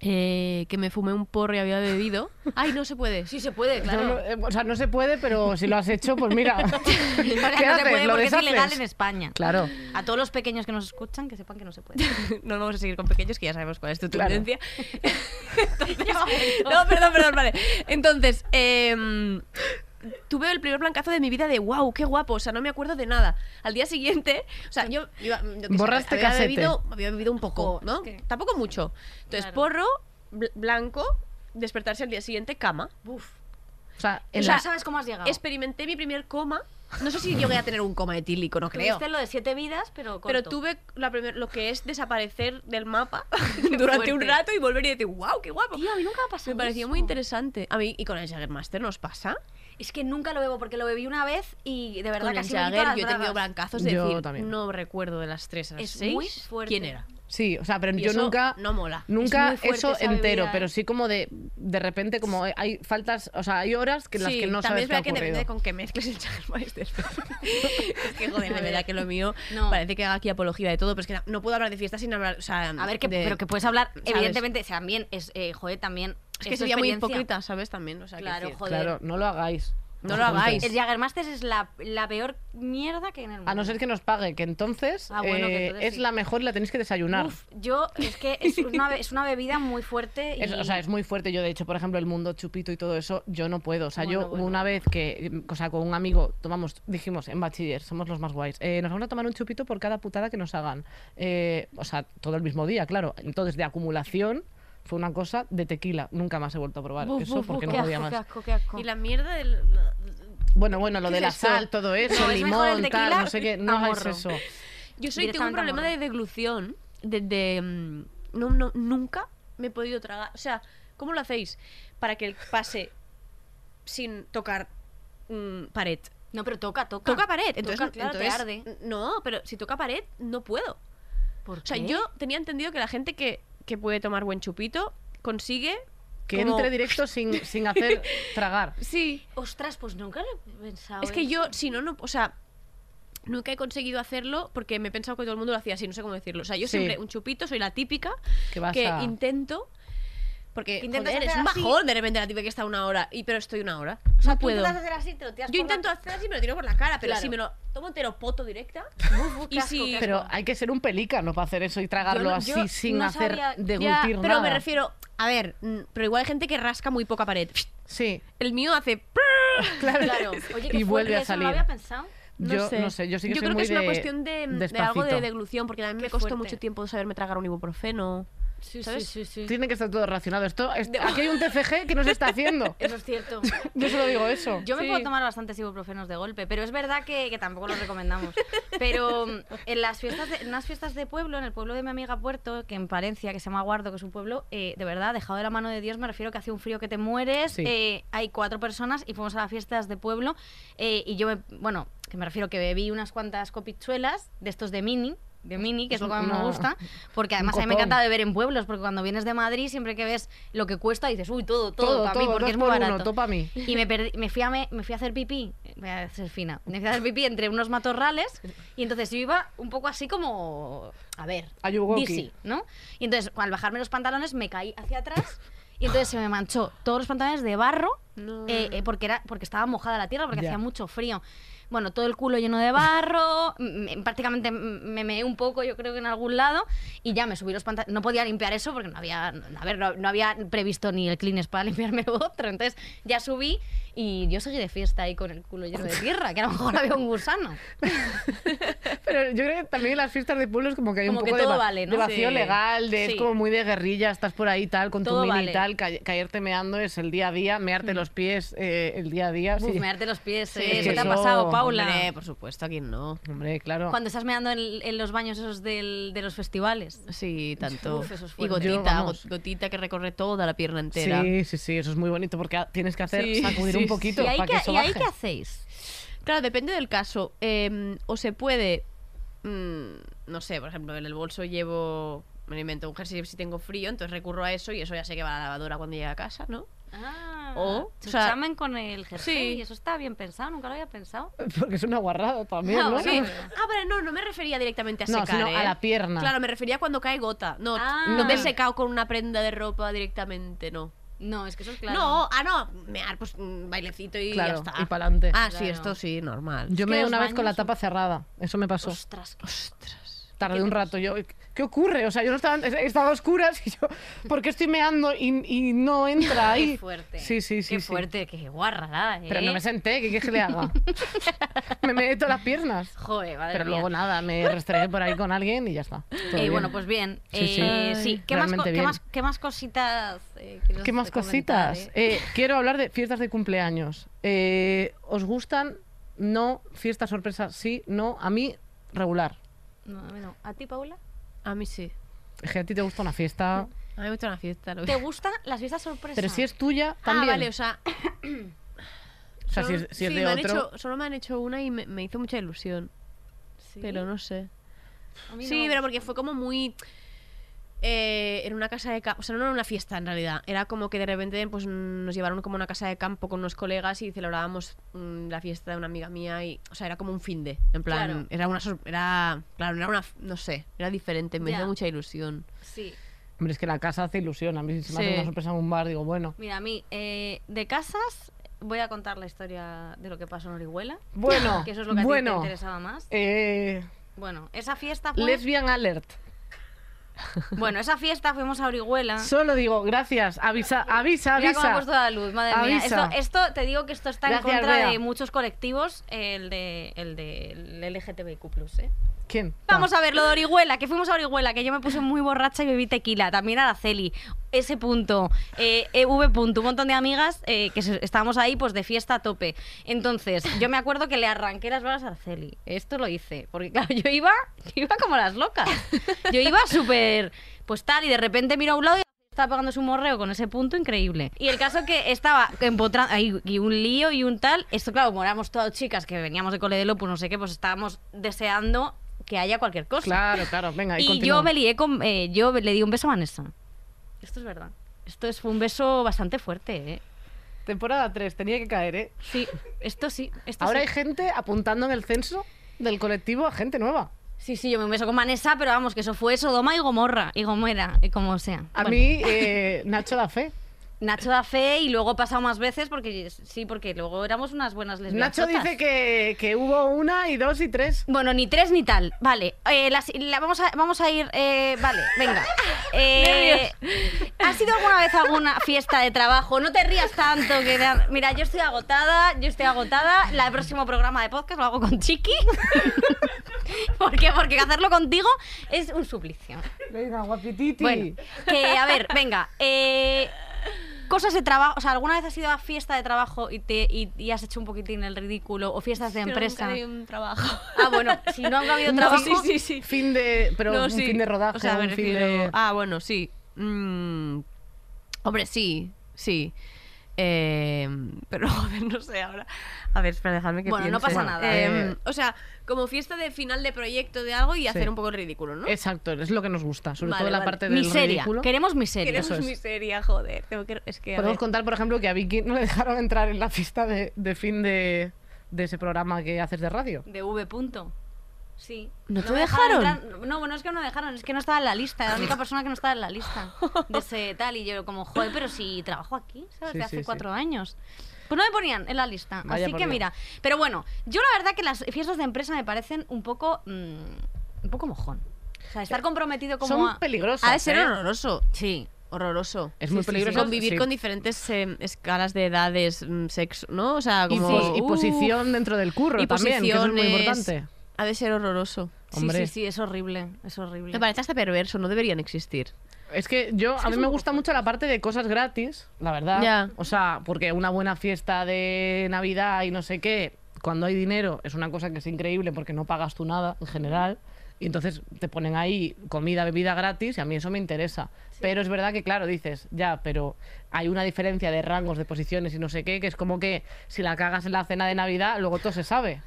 E: eh, que me fumé un porro y había bebido. Ay, no se puede. Sí se puede,
C: No, no,
E: claro.
C: eh, o sea, no se puede, pero si lo has hecho, pues mira. ¿Qué
B: O sea, no se
C: haces?
B: puede
C: ¿Lo
B: porque es
C: deshaces?
B: ilegal en España.
C: Claro.
B: A todos los pequeños que nos escuchan, que sepan que no se puede.
E: No vamos a seguir con pequeños, que ya sabemos cuál es tu
C: Claro.
E: tendencia.
B: este
E: No, perdón, perdón, vale. Entonces, em, tuve el primer blancazo de mi vida de wow, qué guapo, o sea, no me acuerdo de nada. Al día siguiente, o sea, yo, iba, yo qué sé,
C: Borraste
E: había
C: casete.
E: bebido, había bebido un
B: Jo,
E: poco, ¿no?
B: es que-
E: Tampoco mucho. Entonces,
B: Claro.
E: porro, bl- blanco, despertarse al día siguiente, cama.
B: Uf.
C: O sea,
B: Y
C: en
B: no
C: la-
B: sabes cómo has llegado.
E: Experimenté mi primer coma. No sé si llegué a tener un coma etílico, no creo.
B: Tuviste lo de siete vidas, pero corto.
E: Pero tuve la primer- lo que es desaparecer del mapa durante un
B: fuerte.
E: rato y volver y decir, wow, qué guapo.
B: Tío, a mí nunca me ha pasado
E: Me pareció
B: eso.
E: muy interesante. A mí, y con el Jaggermaster nos pasa.
B: Es que nunca lo bebo porque lo bebí una vez y de verdad
E: con el
B: casi me quito las
E: Jagger yo he tenido
B: bragas.
E: blancazos de
C: Yo
E: decir,
C: también.
E: no recuerdo de las tres a las
B: Es
E: seis
B: muy fuerte.
E: quién era.
C: Sí, o sea, pero
E: Y
C: yo
E: eso
C: nunca.
E: no mola.
C: Nunca
B: Es muy fuerte
C: eso
B: esa
C: entero,
B: bebida, ¿eh?
C: pero sí como de de repente, como hay faltas, o sea, hay horas que en las
E: Sí,
C: que no
E: también
C: sabes
E: es
C: qué ha
E: verdad que depende
C: ocurrido.
E: de con qué mezcles el Jaggermeister. es que joder, de verdad que lo mío
B: No.
E: parece que haga aquí apología de todo, pero es que no- no puedo hablar de fiestas sin hablar, o sea,
B: A ver, que,
E: de-
B: pero que puedes hablar,
E: ¿sabes?
B: evidentemente, o sea, también es, eh, joder, también.
E: es que
B: tu
E: sería muy
B: experiencia.
E: hipócrita, ¿sabes? También, o sea, quiero
B: Claro,
E: decir,
B: joder.
C: Claro, no lo hagáis.
E: No lo hagáis.
B: El Jagermaster es la, la peor mierda que hay en el mundo.
C: A no ser que nos pague, que entonces,
B: Ah, bueno, que
C: eh,
B: entonces
C: es
B: sí.
C: la mejor y la tenéis que desayunar.
B: Uf, yo, es que es una, be- es una bebida muy fuerte y.
C: Es- o sea, es muy fuerte. Yo, de hecho, por ejemplo, el mundo chupito y todo eso, yo no puedo. O sea,
B: Bueno,
C: yo hubo
B: bueno.
C: una vez que, o sea, con un amigo, tomamos, dijimos, en bachiller, somos los más guays, eh, nos vamos a tomar un chupito por cada putada que nos hagan. Eh, o sea, todo el mismo día, claro. Entonces, de acumulación, fue una cosa de tequila. Nunca más he vuelto a probar
E: Buf,
C: eso
E: buf,
C: porque
B: qué,
C: no
B: asco,
C: podía
B: qué
C: más.
B: asco, qué asco.
E: Y la mierda del la-
C: Bueno, bueno, lo
E: ¿Qué
C: de
E: es
C: la
E: esto?
C: sal, todo eso,
B: No,
C: el
B: es mejor el
C: limón,
B: tequila
C: tal, no sé qué, no
B: a
C: hagáis
B: morro.
C: eso.
E: Yo soy tengo un
B: Directamente a
E: problema de
B: morro.
E: deglución, de, de, mm, no, no- nunca me he podido tragar, o sea, ¿cómo lo hacéis? para que él pase sin tocar mm, pared.
B: No, pero toca, toca.
E: Toca pared, entonces,
B: Ah, Toca, claro, te
E: entonces-
B: arde.
E: No, pero si toca pared, no puedo.
B: ¿Por
E: mm, O sea,
B: qué?
E: yo tenía entendido que la gente que, que puede tomar buen chupito consigue
C: Que
E: como-
C: entre directo sin, sin hacer tragar.
E: Sí.
B: Ostras, pues nunca lo he pensado. ¿eh?
E: Es que
B: eso.
E: yo, si no, no. O sea, nunca he conseguido hacerlo porque me he pensado que todo el mundo lo hacía así, no sé cómo decirlo. O sea, yo
C: Sí.
E: siempre un chupito, soy la típica
C: Que vas
E: que
C: a-
E: intento. Porque
B: Que intentas
E: joder, es
B: hacer
E: un
B: así.
E: bajón de repente la típica que está una hora, y pero estoy una hora.
B: O sea,
E: no
B: tú
E: puedo.
B: intentas hacer así, te lo tiras
E: Yo
B: por la-
E: intento hacer así, me lo tiro por la cara, pero
B: Claro.
E: si me lo tomo entero poto directa.
B: Uf, uf, qué
E: y
B: asco,
E: si-
B: qué asco.
C: Pero hay que ser un pelícano para hacer eso y tragarlo
B: Yo no-
C: así
B: yo
C: sin
B: no
C: hacer
B: sabía- ya,
C: deglutir
E: Ya,
C: nada.
E: pero me refiero, a ver, mm, pero igual hay gente que rasca muy poca pared.
C: Sí.
E: El mío hace.
C: Claro.
B: Claro, oye,
C: y vuelve a
B: eso no
C: salir.
B: lo había pensado.
E: No
C: yo
E: sé.
C: no sé, yo sí que soy
E: creo
C: muy
E: que es una
C: de-
E: cuestión de, de algo
C: despacito.
E: de deglución, porque a mí me
B: Qué
E: costó
B: fuerte.
E: mucho tiempo saberme tragar un ibuprofeno.
B: Sí,
E: ¿Sabes?
B: sí, sí, sí.
C: Tiene que estar todo relacionado. Esto, es- aquí hay un TCG que nos está haciendo.
B: Eso es cierto.
C: Yo solo digo eso.
B: Yo me
E: Sí.
B: puedo tomar bastantes ibuprofenos de golpe, pero es verdad que, que tampoco los recomendamos. Pero mm, en las fiestas, de, en unas fiestas de pueblo, en el pueblo de mi amiga Puerto, que en Palencia, que se llama Guardo, que es un pueblo, eh, de verdad, dejado de la mano de Dios, me refiero que hace un frío que te mueres.
C: Sí.
B: eh, hay cuatro personas y fuimos a las fiestas de pueblo eh, y yo, me- bueno, que me refiero que bebí unas cuantas copichuelas de estos de mini. De mini, que es lo que a mí me
C: Una-
B: gusta, porque además a mí me
C: Ah. copón.
B: encanta beber en pueblos, porque cuando vienes de Madrid siempre que ves lo que cuesta dices, uy, todo, todo,
C: Todo,
B: para
C: todo,
B: mí, porque
C: dos
B: es muy
C: por uno,
B: barato.
C: todo pa' mí.
B: Y me, perdí- me, fui a me, me fui a hacer pipí, voy a ser fina, me fui a hacer pipí entre unos matorrales y entonces yo iba un poco así como, a ver,
C: A Yugoki.
B: dizzy, ¿no? Y entonces al bajarme los pantalones me caí hacia atrás y entonces se me manchó todos los pantalones de barro eh, eh, porque, era, porque estaba mojada la tierra, porque
C: Ya.
B: hacía mucho frío. Bueno, todo el culo lleno de barro, m- m- prácticamente m- me meé un poco, yo creo que en algún lado, y ya me subí los pantalones. No podía limpiar eso porque no había, a ver, no, no había previsto ni el clean para limpiarme lo otro. Entonces ya subí y yo seguí de fiesta ahí con el culo lleno de tierra, que a lo mejor había un gusano.
C: Pero yo creo que también en las fiestas de pueblos como que hay
B: Como
C: un
B: que
C: poco de,
B: todo
C: va-
B: vale, ¿no?
C: de vacío
E: Sí.
C: legal, de, es
E: Sí.
C: como muy de guerrilla, estás por ahí tal, con
B: Todo
C: tu mini
B: vale. Mm.
C: y tal, ca- caerte meando es el día a día, mearte los pies eh, el día a día.
B: Uf,
C: sí.
B: mearte los pies,
C: Sí,
B: ¿eh?
C: es
B: eso
C: que
B: te ha
C: eso,
B: pasado, Paula.
E: Hombre, por supuesto, ¿a quién no?
C: Hombre, claro.
B: Cuando estás meando en, en los baños esos del- de los festivales.
E: Sí, tanto.
B: Uf, eso es
E: y
B: fuerte.
C: Yo,
E: gotita,
C: vamos.
E: got- gotita que recorre toda la pierna entera.
C: Sí, sí, sí, eso es muy bonito porque a- tienes que hacer
E: Sí,
C: sacudir
E: sí,
C: un poquito
B: ¿Y ahí,
C: para que,
B: qué-
C: eso
B: ¿Y ahí
C: baje.
B: qué hacéis?
E: Claro, depende del caso. Eh, o se puede. mm, no sé, por ejemplo, en el bolso llevo. Me lo invento un jersey si tengo frío, entonces recurro a eso y eso ya sé que va a la lavadora cuando llegue a casa, ¿no?
B: Ah,
E: O,
B: se
E: o sea,
B: examen con el jersey.
E: sí.
B: Eso está bien pensado, nunca lo había pensado.
C: Porque es una guarrada también,
B: Ah,
C: ¿no?
B: bueno.
E: Ah, pero no, no me refería directamente a
C: No,
E: secar.
C: sino a
E: ¿eh?
C: la pierna.
E: Claro, me refería a cuando cae gota. No,
B: Ah.
E: no me he secado con una prenda de ropa directamente, no.
B: No, es que eso es claro.
E: No, ah, no, mear, pues un bailecito y
C: Claro,
E: ya está.
C: y pa'lante.
E: Ah, sí,
B: Claro.
E: esto sí, normal.
C: Yo
B: que
C: me di
B: los
C: una vez con la
B: baños
C: tapa cerrada, eso me pasó.
B: Ostras, qué-
C: Tardé un rato. Yo, ¿Qué ocurre? O sea, yo no estaba, estaba a oscuras y yo, ¿por qué estoy meando y, y no entra ahí?
B: qué fuerte.
C: Sí, sí, sí.
B: Qué
C: sí.
B: fuerte, qué guarrada, ¿eh?
C: Pero no me senté, ¿qué quieres que le haga? me meto las piernas.
B: Joder, madre
C: Pero
B: mía.
C: luego nada, me restregué por ahí con alguien y ya está. Todo
B: Eh,
C: bien.
B: bueno, pues bien.
C: Sí, sí.
B: Eh, sí. ¿Qué, más, co-
C: Realmente
B: qué
C: bien.
B: más, qué más cositas? eh, quieres
C: ¿Qué más
B: comentar,
C: cositas?
B: eh?
C: Eh, quiero hablar de fiestas de cumpleaños. Eh, ¿Os gustan? No. Fiesta sorpresa, sí. No. A mí, regular.
B: No, a mí no. ¿A ti, Paula?
E: A mí sí.
C: Es que a ti te gusta una fiesta.
E: A mí me gusta una fiesta. Lo
B: ¿Te gustan las fiestas sorpresa?
C: Pero si es tuya,
E: Ah,
C: también.
E: vale, o sea,
C: O sea, si es,
E: solo-
C: si es
E: sí,
C: de
E: me han
C: otro.
E: hecho- solo me han hecho una y me, me hizo mucha ilusión,
B: Sí,
E: pero no sé.
B: a mí no
E: Sí,
B: me gusta.
E: pero porque fue como muy... eh, en una casa de campo, o sea, no era una fiesta en realidad, era como que de repente pues, mm, nos llevaron como a una casa de campo con unos colegas y celebrábamos mm, la fiesta de una amiga mía y, o sea, era como un fin de, en plan,
B: Claro.
E: era una, sor- era, claro, era una, no sé, era diferente, me
B: Ya.
E: hizo mucha ilusión.
B: Sí.
C: Hombre, es que la casa hace ilusión. A mí si me
E: Sí.
C: hace una sorpresa en un bar, digo, bueno.
B: Mira, a mí, eh, de casas, voy a contar la historia de lo que pasó en Orihuela.
C: Bueno,
B: Que eso es lo que a ti
C: Ah, bueno.
B: te interesaba más.
C: Eh,
B: Bueno, esa fiesta fue...
C: lesbian alert.
B: Bueno, esa fiesta fuimos a Orihuela.
C: Solo digo, gracias. Avisa, avisa,
B: Ah. Mira cómo ha
C: avisa.
B: puesto la luz, madre
C: Avisa.
B: mía. Esto, esto- te digo que esto está
C: Gracias,
B: en contra
C: Bea.
B: de muchos colectivos, el de el del LGTBIQ+, ¿eh?
C: ¿Quién? Ah,
B: Vamos a ver lo de Orihuela, que fuimos a Orihuela, que yo me puse muy borracha y bebí tequila. También Araceli, ese punto, eh, EV punto, un montón de amigas eh, que se- estábamos ahí pues de fiesta a tope. Entonces, yo me acuerdo que le arranqué las balas a Araceli. Esto lo hice, porque claro, yo iba, yo iba como las locas. Yo iba súper, pues tal, y de repente miro a un lado y estaba pegándose un morreo con ese punto increíble. Y el caso que estaba empotrando, ahí, y un lío y un tal. Esto, claro, como éramos todas chicas que veníamos de cole de Lopus, no sé qué, pues estábamos deseando que haya cualquier cosa.
C: Claro, claro, venga.
B: y
C: continúa.
B: yo me lié con. eh, yo le di un beso a Vanessa. Esto es verdad. Esto es, fue un beso bastante fuerte, ¿eh?
C: Temporada 3, tenía que caer, ¿eh?
B: Sí, esto sí. Esto
C: Ahora
B: sí.
C: hay gente apuntando en el censo del colectivo a gente nueva.
B: Sí, sí, yo me beso con Vanessa, pero vamos, que eso fue Sodoma y Gomorra, y Gomera, y como sea.
C: A
B: Bueno,
C: mí, eh, Nacho da fe.
B: Nacho da fe y luego he pasado más veces porque sí, porque luego éramos unas buenas lesbianas.
C: Nacho dice que, que hubo una y dos y tres.
B: Bueno, ni tres ni tal. Vale, eh, la si- la- vamos, a, vamos a ir. eh, vale, venga. Eh, ¿Has ido alguna vez a alguna fiesta de trabajo? No te rías tanto. que da- Mira, yo estoy agotada, yo estoy agotada. La- El próximo programa de podcast lo hago con Chiqui. ¿Por qué? Porque hacerlo contigo es un suplicio.
C: Venga, guapititi.
B: Bueno, que a ver, venga. eh, cosas de trabajo. O sea, ¿alguna vez has ido a fiesta de trabajo y, te, y, y has hecho un poquitín el ridículo? O fiestas de
E: Pero
B: empresa.
E: nunca di un trabajo.
B: Ah, bueno, si no han habido trabajo.
E: sí, sí, sí.
C: Fin de. Pero
E: No,
C: un
E: sí.
C: fin de rodaje,
E: O sea, me
C: un fin
E: refiero-
C: de.
E: Ah, bueno, sí. Mm, Hombre, sí, sí. Eh, pero joder, no sé ahora. A ver, espera, dejadme que
B: Bueno, no
E: piense.
B: pasa nada.
E: Eh, o sea, como fiesta de final de proyecto de algo y hacer un poco el ridículo, ¿no?
C: Exacto, es lo que nos gusta, sobre
E: Vale,
C: todo la
E: vale.
C: parte Eh, del
B: Miseria.
C: ridículo.
B: Queremos miseria.
E: Queremos
C: eso es.
E: miseria, joder. Tengo que... Es que a
C: Podemos
E: ver.
C: contar, por ejemplo, que a Vicky no le dejaron entrar en la fiesta de, de fin de, de ese programa que haces de radio.
B: De V. Punto. Sí.
E: ¿No te
B: me dejaron
E: dejaron?
B: entrar- No, bueno, es que no me dejaron, es que no estaba en la lista. Era la única persona que no estaba en la lista de ese tal. Y yo, como, joder, pero si trabajo aquí, ¿sabes?
C: Sí,
B: de
C: sí,
B: hace
C: sí.
B: cuatro años. Pues no me ponían en la lista.
C: Vaya
B: así
C: por
B: que
C: Dios.
B: mira. Pero bueno, yo la verdad que las fiestas de empresa me parecen un poco. mm, un poco mojón. O sea, estar comprometido como.
C: Son
B: a-
C: peligrosas.
E: Ha de ser
C: ¿eh?
E: horroroso.
B: Sí.
E: Horroroso.
C: Es muy
E: Sí, sí,
C: peligroso,
E: Convivir
C: sí.
E: con diferentes eh, escalas de edades, mm, sexo, ¿no? O sea,
C: Y,
E: como.
C: pos- y
E: uh,
C: posición dentro del curro
E: y
C: también, que eso es muy
E: posiciones.
C: importante.
E: Ha de ser horroroso.
C: Hombre.
B: Sí, sí, sí, es horrible. Es horrible.
E: Me parece hasta perverso, no deberían existir.
C: Es que yo, a mí me gusta mucho la parte de cosas gratis, la verdad.
E: Ya.
C: O sea, porque una buena fiesta de Navidad y no sé qué, cuando hay dinero, es una cosa que es increíble porque no pagas tú nada en general. Y entonces te ponen ahí comida, bebida gratis y a mí eso me interesa. Pero es verdad que, claro, dices, ya, pero hay una diferencia de rangos, de posiciones y no sé qué, que es como que si la cagas en la cena de Navidad, luego todo se sabe.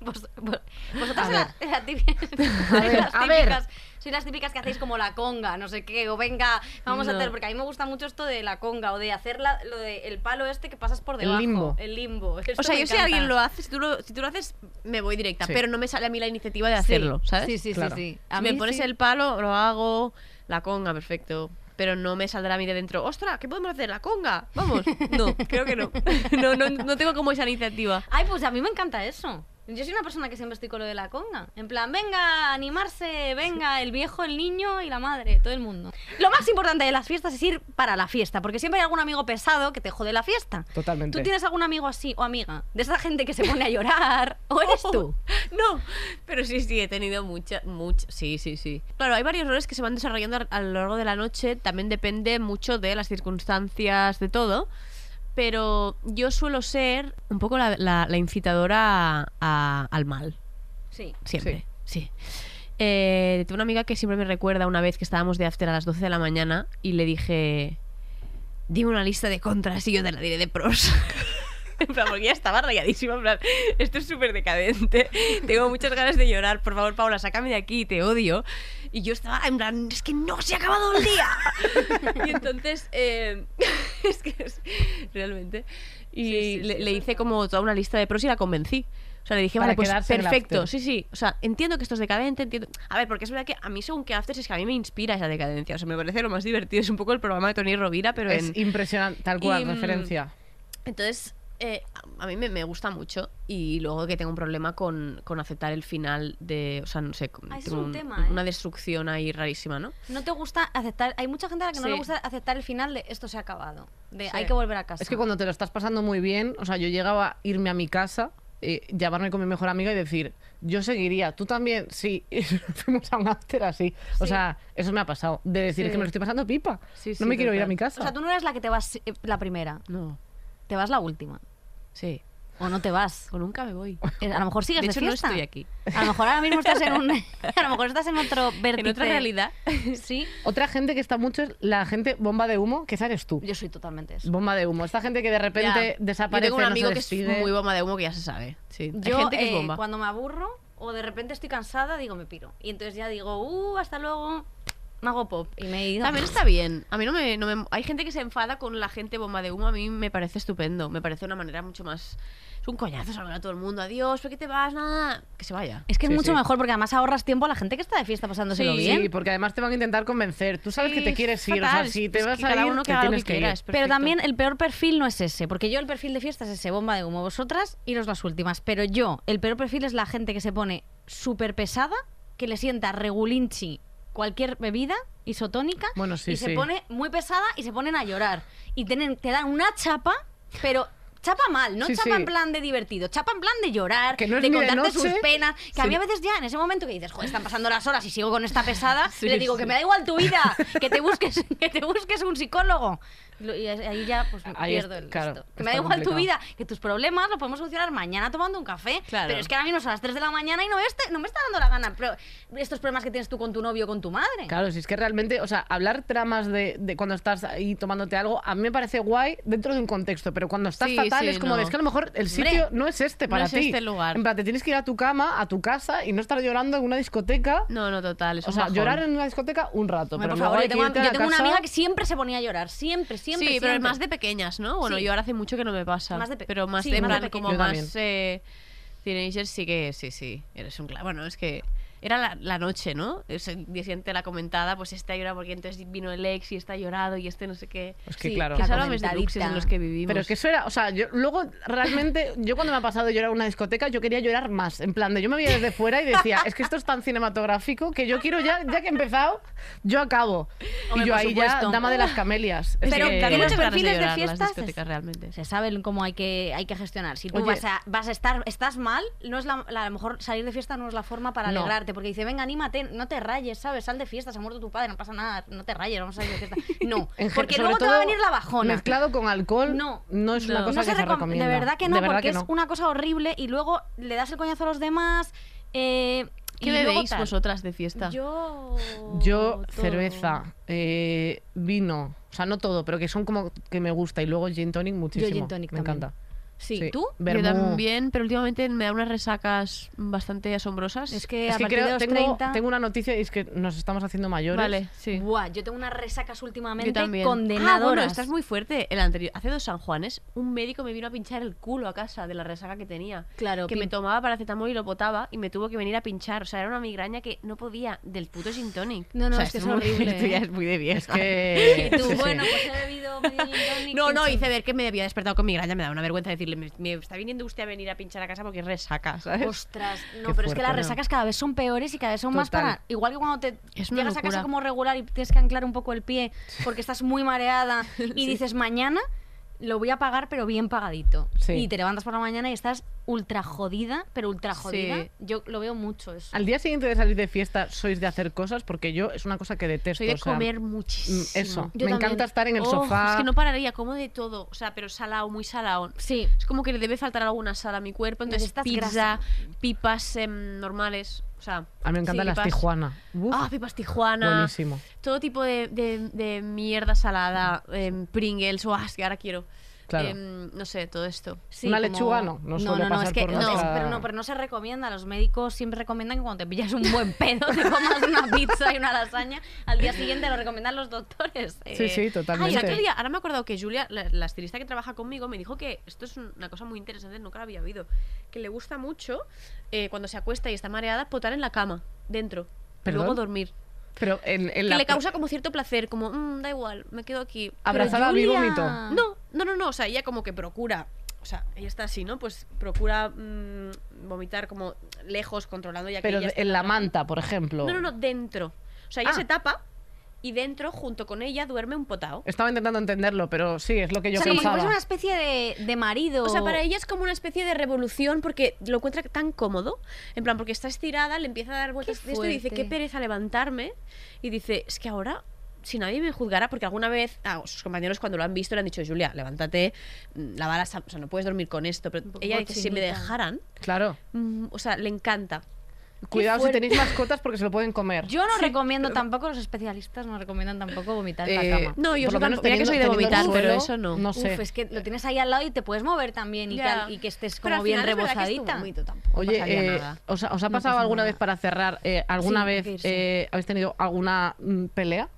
B: Vos- vos- vosotras sois la- la típica- sois
C: ver,
B: las
C: a ver.
B: típicas- sois las típicas que hacéis como la conga, no sé qué, o venga, vamos a
E: No.
B: hacer, porque a mí me gusta mucho esto de la conga, o de hacer la- lo de el palo este que pasas por
C: El
B: debajo.
C: limbo.
B: El limbo. Esto
E: O sea,
B: me
E: yo si
B: encanta.
E: alguien lo hace, si tú lo, si tú lo haces, me voy directa,
C: Sí.
E: pero no me sale a mí la iniciativa de
B: Sí,
E: hacerlo, ¿sabes?
B: Sí, sí,
C: Claro.
B: sí, sí.
E: Si me pones el palo, lo hago, la conga, perfecto. Pero no me saldrá a mí de dentro, ¡ostra! ¿Qué podemos hacer? ¿La conga? Vamos. No, creo que no. No, no, no tengo como esa iniciativa.
B: Ay, pues a mí me encanta eso. Yo soy una persona que siempre estoy con lo de la conga. En plan, venga, animarse, venga, el viejo, el niño y la madre, todo el mundo. Lo más importante de las fiestas es ir para la fiesta, porque siempre hay algún amigo pesado que te jode la fiesta.
C: Totalmente.
B: ¿Tú tienes algún amigo así o amiga? De esa gente que se pone a llorar. ¿O eres tú?
E: Oh, No, pero sí, sí, he tenido mucha, mucha, sí, sí, sí. Claro, hay varios roles que se van desarrollando a- a lo largo de la noche, también depende mucho de las circunstancias, de todo, pero yo suelo ser un poco la, la- la incitadora a- a- al mal,
B: Sí.
E: siempre, sí. Eh, tengo una amiga que siempre me recuerda una vez que estábamos de after a las 12 de la mañana y le dije, dime una lista de contras y yo te la diré de pros. En plan, porque ya estaba rayadísima, en plan, esto es súper decadente, tengo muchas ganas de llorar, por favor, Paula, sácame de aquí, te odio. Y yo estaba en plan, es que no se ha acabado el día. y entonces, eh, es que es- realmente, y le, le hice como toda una lista de pros y la convencí. O sea, le dije,
C: Para
E: vale, pues
C: quedarse en el
E: perfecto,
C: after.
E: sí, sí, o sea, entiendo que esto es decadente, entiendo... A ver, porque es verdad que a mí según que haces es que a mí me inspira esa decadencia, o sea, me parece lo más divertido, es un poco el programa de Tony Rovira, pero en...
C: Es impresionante, tal cual,
E: Y, mm,
C: referencia.
E: Entonces, eh, a a mí me, me gusta mucho y luego que tengo un problema con, con aceptar el final de, o sea, no sé, con-
B: Ah, ese
E: tengo
B: es un tema, ¿eh?
E: una destrucción ahí rarísima, ¿no?
B: No te gusta aceptar. Hay mucha gente a la que no
E: Sí.
B: le gusta aceptar el final de esto se ha acabado. De
E: Sí.
B: hay que volver a casa.
C: Es que cuando te lo estás pasando muy bien, o sea, yo llegaba a irme a mi casa, eh, llamarme con mi mejor amiga y decir, yo seguiría, tú también, sí, Y fuimos a un after así. O sea, eso me ha pasado, de decir
E: Sí.
C: que me lo estoy pasando pipa,
E: Sí,
C: no
E: sí,
C: me quiero ir a
E: total.
C: mi
B: O
C: casa.
B: sea, tú no eres la que te vas eh, la primera,
E: No,
B: te vas la última.
E: sí.
B: O no te vas.
E: O nunca me voy.
B: Eh, A lo mejor sigues
E: De
B: de,
E: hecho, no
B: fiesta.
E: estoy aquí.
B: A lo mejor ahora mismo estás en un... A lo mejor estás en otro vértice.
E: En otra realidad.
B: Sí.
C: Otra gente que está mucho es la gente bomba de humo, que esa eres tú.
B: Yo soy totalmente eso.
C: Bomba de humo. Esta gente que de repente
E: Ya.
C: desaparece.
E: Yo tengo un
C: no se
E: amigo que es
C: despide.
E: muy bomba de humo que ya se sabe. Sí. Hay
B: Yo,
E: gente que es
B: eh,
E: bomba.
B: cuando me aburro o de repente estoy cansada, digo, me piro. Y entonces ya digo, uh, hasta luego, me hago pop. Y me he ido.
E: También está bien. A mí no me, no me- Hay gente que se enfada con la gente bomba de humo. A mí me parece estupendo. Me parece una manera mucho más. Es un coñazo saludar a todo el mundo. Adiós, ¿por qué te vas? Nada. Que se vaya.
B: Es que
C: Sí,
B: es mucho
C: sí.
B: mejor porque además ahorras tiempo a la gente que está de fiesta pasándoselo
E: Sí,
B: bien.
C: Sí, porque además te van a intentar convencer. Tú sabes que te
E: Sí,
C: quieres ir. O
E: fatal.
C: sea, si te
E: Es
C: vas
E: que
C: a
E: cada
C: ir,
E: uno
C: te
E: que haga lo
C: tienes
E: que
C: ir.
E: quiera, es
B: Pero
E: perfecto.
B: también el peor perfil no es ese, porque yo el perfil de fiestas es ese, bomba de humo vosotras, iros las últimas. Pero yo, el peor perfil es la gente que se pone súper pesada, que le sienta regulinchi cualquier bebida isotónica
C: Bueno, sí,
B: y se
C: sí.
B: pone muy pesada y se ponen a llorar. Y tienen, te dan una chapa, pero... Chapa mal, no
C: Sí,
B: chapa
C: sí.
B: en plan de divertido, chapa en plan de llorar,
C: Que no es
B: de
C: ni de
B: contarte sus
C: noche.
B: penas. Que a
C: Sí.
B: mí a veces ya en ese momento que dices, joder, están pasando las horas y sigo con esta pesada,
E: Sí,
B: le digo
E: sí.
B: que me da igual tu vida, que te busques, que te busques un psicólogo. Lo- Y ahí ya pues me
C: Ahí
B: pierdo
C: es-
B: el
C: claro,
B: esto. Que me da
C: está
B: igual tu
C: complicado.
B: vida, que tus problemas los podemos solucionar mañana tomando un café.
E: Claro.
B: Pero es que ahora mismo son las 3 de la mañana y no, este, no me está dando la gana. Pero estos problemas que tienes tú con tu novio o con tu madre.
C: Claro, si es que realmente, o sea, hablar tramas de, de cuando estás ahí tomándote algo, a mí me parece guay dentro de un contexto, pero cuando estás
E: Sí,
C: fatal
E: sí,
C: es como,
E: no.
C: de, es que a lo mejor el
B: Hombre,
C: sitio no es este
E: no
C: para
E: es
C: ti.
E: este el lugar.
C: En plan, te tienes que ir a tu cama, a tu casa y no estar llorando en una discoteca.
E: No, no, total. Es
C: o
E: un
C: sea,
E: bajón.
C: llorar en una discoteca un rato,
B: Hombre,
C: pero
B: por
C: luego
B: favor,
C: hay
B: yo
C: que
B: tengo,
C: irte a
B: yo
C: la
B: tengo una
C: casa-
B: amiga que siempre se ponía a llorar, siempre, siempre.
E: sí, pero
B: siempre.
E: más de pequeñas, ¿no? Bueno,
B: Sí.
E: yo ahora hace mucho que no me pasa.
B: Más de pe-
E: pero más
B: sí,
E: de, en
B: más de
E: plan,
B: pequeña.
E: como
C: Yo también.
E: más eh, teenager sí que sí, sí. Eres un cla- Bueno, es que era la, la noche, ¿no? Ese día siguiente la comentada, pues esta llora porque entonces vino el ex y está llorado y este no sé qué.
C: Es que
B: Sí,
C: claro.
E: Qué
B: La
E: sálvames deluxe
B: comentadita.
E: en los que vivimos.
C: Pero es que eso era, o sea, yo luego realmente, yo cuando me ha pasado de llorar en una discoteca, yo quería llorar más. En plan, de yo me veía desde fuera y decía, es que esto es tan cinematográfico que yo quiero ya, ya que he empezado, yo acabo.
B: Hombre,
C: y yo
B: por
C: ahí ya,
B: supuesto.
C: dama de las camelias. Es
B: Pero
C: que-
B: que
E: dan
B: los
E: muchas ganas
B: perfiles de
E: llorar las
B: fiestas es-
E: discotecas realmente.
B: Se sabe cómo hay que, hay que gestionar. Si tú
C: Oye.
B: vas a, vas a estar, estás mal, no es la, la- a lo mejor salir de fiesta no es la forma para
C: No.
B: alegrarte, porque dice, venga, anímate, no te rayes, ¿sabes? Sal de fiesta, se ha muerto tu padre, no pasa nada, no te rayes, vamos a salir de fiesta. No,
C: en gen-
B: porque
C: sobre
B: luego te va a
C: todo
B: venir la bajona.
C: Mezclado con alcohol
B: No,
C: no, es una
E: no.
C: cosa
B: No se
C: que se
B: recom-
C: recomienda.
B: De verdad que no,
C: De verdad
B: porque
C: que
B: es una cosa horrible y luego le das el coñazo a los demás. eh,
E: ¿Qué
B: y luego
E: bebéis
B: tal.
E: vosotras de fiesta?
B: Yo.
C: Yo,
B: todo.
C: cerveza, eh, vino, o sea, no todo, pero que son como que me gusta. Y luego gin tonic muchísimo.
B: gin tonic
C: me
B: también.
C: encanta.
B: Sí,
C: Sí.
B: ¿tú?
C: Vermú.
E: Yo también, pero últimamente me da unas resacas bastante asombrosas.
B: Es que
C: Es
B: a
C: que
B: partir de
C: creo,
B: los
C: tengo,
B: 30.
C: tengo una noticia y es que nos estamos haciendo mayores.
E: Vale, sí.
B: Buah, yo tengo unas resacas últimamente
E: Yo también.
B: condenadoras.
E: Ah, bueno, estás muy fuerte. El anterior, hace dos San Juanes, un médico me vino a pinchar el culo a casa de la resaca que tenía.
B: Claro,
E: Que
B: pin-
E: me tomaba paracetamol y lo botaba y me tuvo que venir a pinchar. O sea, era una migraña que no podía del puto gin tonic.
B: No, no,
E: O sea,
B: es que
E: esto
B: es
E: muy-
B: horrible,
E: esto ya
B: ¿eh?
E: es muy de
C: Es
E: vieja.
C: que.
B: Y tú,
C: sí, sí.
B: bueno, pues he bebido medio tonic,
E: No, no,
B: pincho.
E: hice ver que me había despertado con migraña. Me da una vergüenza decirle, me, me está viniendo usted a venir a pinchar a casa porque es resaca, ¿sabes?
B: Ostras, no,
C: Qué
B: pero es que
C: fuerte,
B: las
C: ¿no?
B: resacas cada vez son peores y cada vez son más
C: Total.
B: para. Igual que cuando te
E: Es una
B: llegas a casa
E: locura.
B: como regular y tienes que anclar un poco el pie porque estás muy mareada y dices mañana lo voy a pagar, pero bien pagadito.
C: Sí.
B: Y te levantas por la mañana y estás ultra jodida, pero ultra
E: Sí.
B: jodida. Yo lo veo mucho eso.
C: Al día siguiente de salir de fiesta, sois de hacer cosas porque yo es una cosa que detesto.
E: Soy de
C: o sea,
E: comer
C: mm,
E: muchísimo.
C: Eso.
B: Yo
C: me
B: también.
C: encanta estar en el
E: Oh,
C: sofá.
E: Es que no pararía, como de todo. O sea, pero salado, muy salado.
B: Sí.
E: Es como que le debe faltar alguna sal a mi cuerpo. Entonces,
B: Necesitas
E: pizza,
B: grasa.
E: pipas em, normales. O sea,
C: A mí me encantan
E: sí,
C: las
E: pipas.
C: Tijuana. Uf,
E: Ah, pipas Tijuana.
C: buenísimo.
E: Todo tipo de, de- de mierda salada. em, Pringles. o que ahora quiero.
C: Claro.
E: Em, no sé, todo esto.
B: Sí,
C: Una lechuga no, no suele pasar
B: es que,
C: por
B: no,
C: nuestra-
B: es- pero no, pero no se recomienda. Los médicos siempre recomiendan que cuando te pillas un buen pedo te comas una pizza y una lasaña. Al día siguiente lo recomiendan los doctores.
C: Sí, sí,
E: Ay,
C: totalmente.
E: aquel día, ahora me he acordado que Julia, la, la estilista que trabaja conmigo, me dijo que esto es una cosa muy interesante, nunca la había oído. Que le gusta mucho, eh, cuando se acuesta y está mareada, potar en la cama, dentro. y
C: ¿Perdón?
E: Luego dormir.
C: Pero en, en
E: que
C: la...
E: le causa como cierto placer, como, "Mm, da igual, me quedo aquí.
C: Abrazada a mi
B: Julia.
C: vómito.
E: No, no, no, no, o sea, ella como que procura, o sea, ella está así, ¿no? Pues procura mm, vomitar como lejos, controlando ya que
C: Pero
E: ella
C: de-
E: está-
C: en la manta, por ejemplo.
E: No, no, no, dentro. O sea, ella
C: Ah.
E: se tapa y dentro, junto con ella, duerme un potao.
C: Estaba intentando entenderlo, pero sí, es lo que yo
B: o sea, como si
C: pensaba.
B: fuese una especie de, de marido.
E: O sea, para ella es como una especie de revolución porque lo encuentra tan cómodo. En plan, porque está estirada, le empieza a dar vueltas de esto y dice,
B: fuerte.
E: qué pereza levantarme. Y dice, es que ahora si nadie me juzgara, porque alguna vez a sus compañeros cuando lo han visto le han dicho, Julia, levántate, mm, la bala, sa- o sea, no puedes dormir con esto. Pero
B: Un poco
E: ella dice, si me
B: cochinita.
E: dejaran,
C: Claro.
E: mm, o sea, le encanta.
C: Cuidado si
B: fuerte.
C: tenéis mascotas porque se lo pueden comer.
B: Yo no recomiendo tampoco, los especialistas no recomiendan tampoco vomitar en
C: Eh,
B: la cama.
E: No, yo
C: por lo menos
E: soy tampoco- mira que
C: teniendo-
E: soy de
C: teniendo el
E: vomitar, pero
C: suelo,
E: eso no.
C: No sé.
B: Uf, es que lo tienes ahí al lado y te puedes mover también y,
E: Ya.
B: tal, y que estés
E: Pero
B: como
E: al
B: bien
E: final es verdad que es tu
B: rebozadita.
E: vómito tampoco.
C: Oye,
B: pasaría
C: eh,
B: nada.
C: ¿os, ha- os ha
B: No
C: pasado
B: pasa
C: alguna
B: nada.
C: vez para cerrar? eh, ¿Alguna
B: Sí, hay
C: vez
B: que irse.
C: eh, habéis tenido alguna mm, pelea?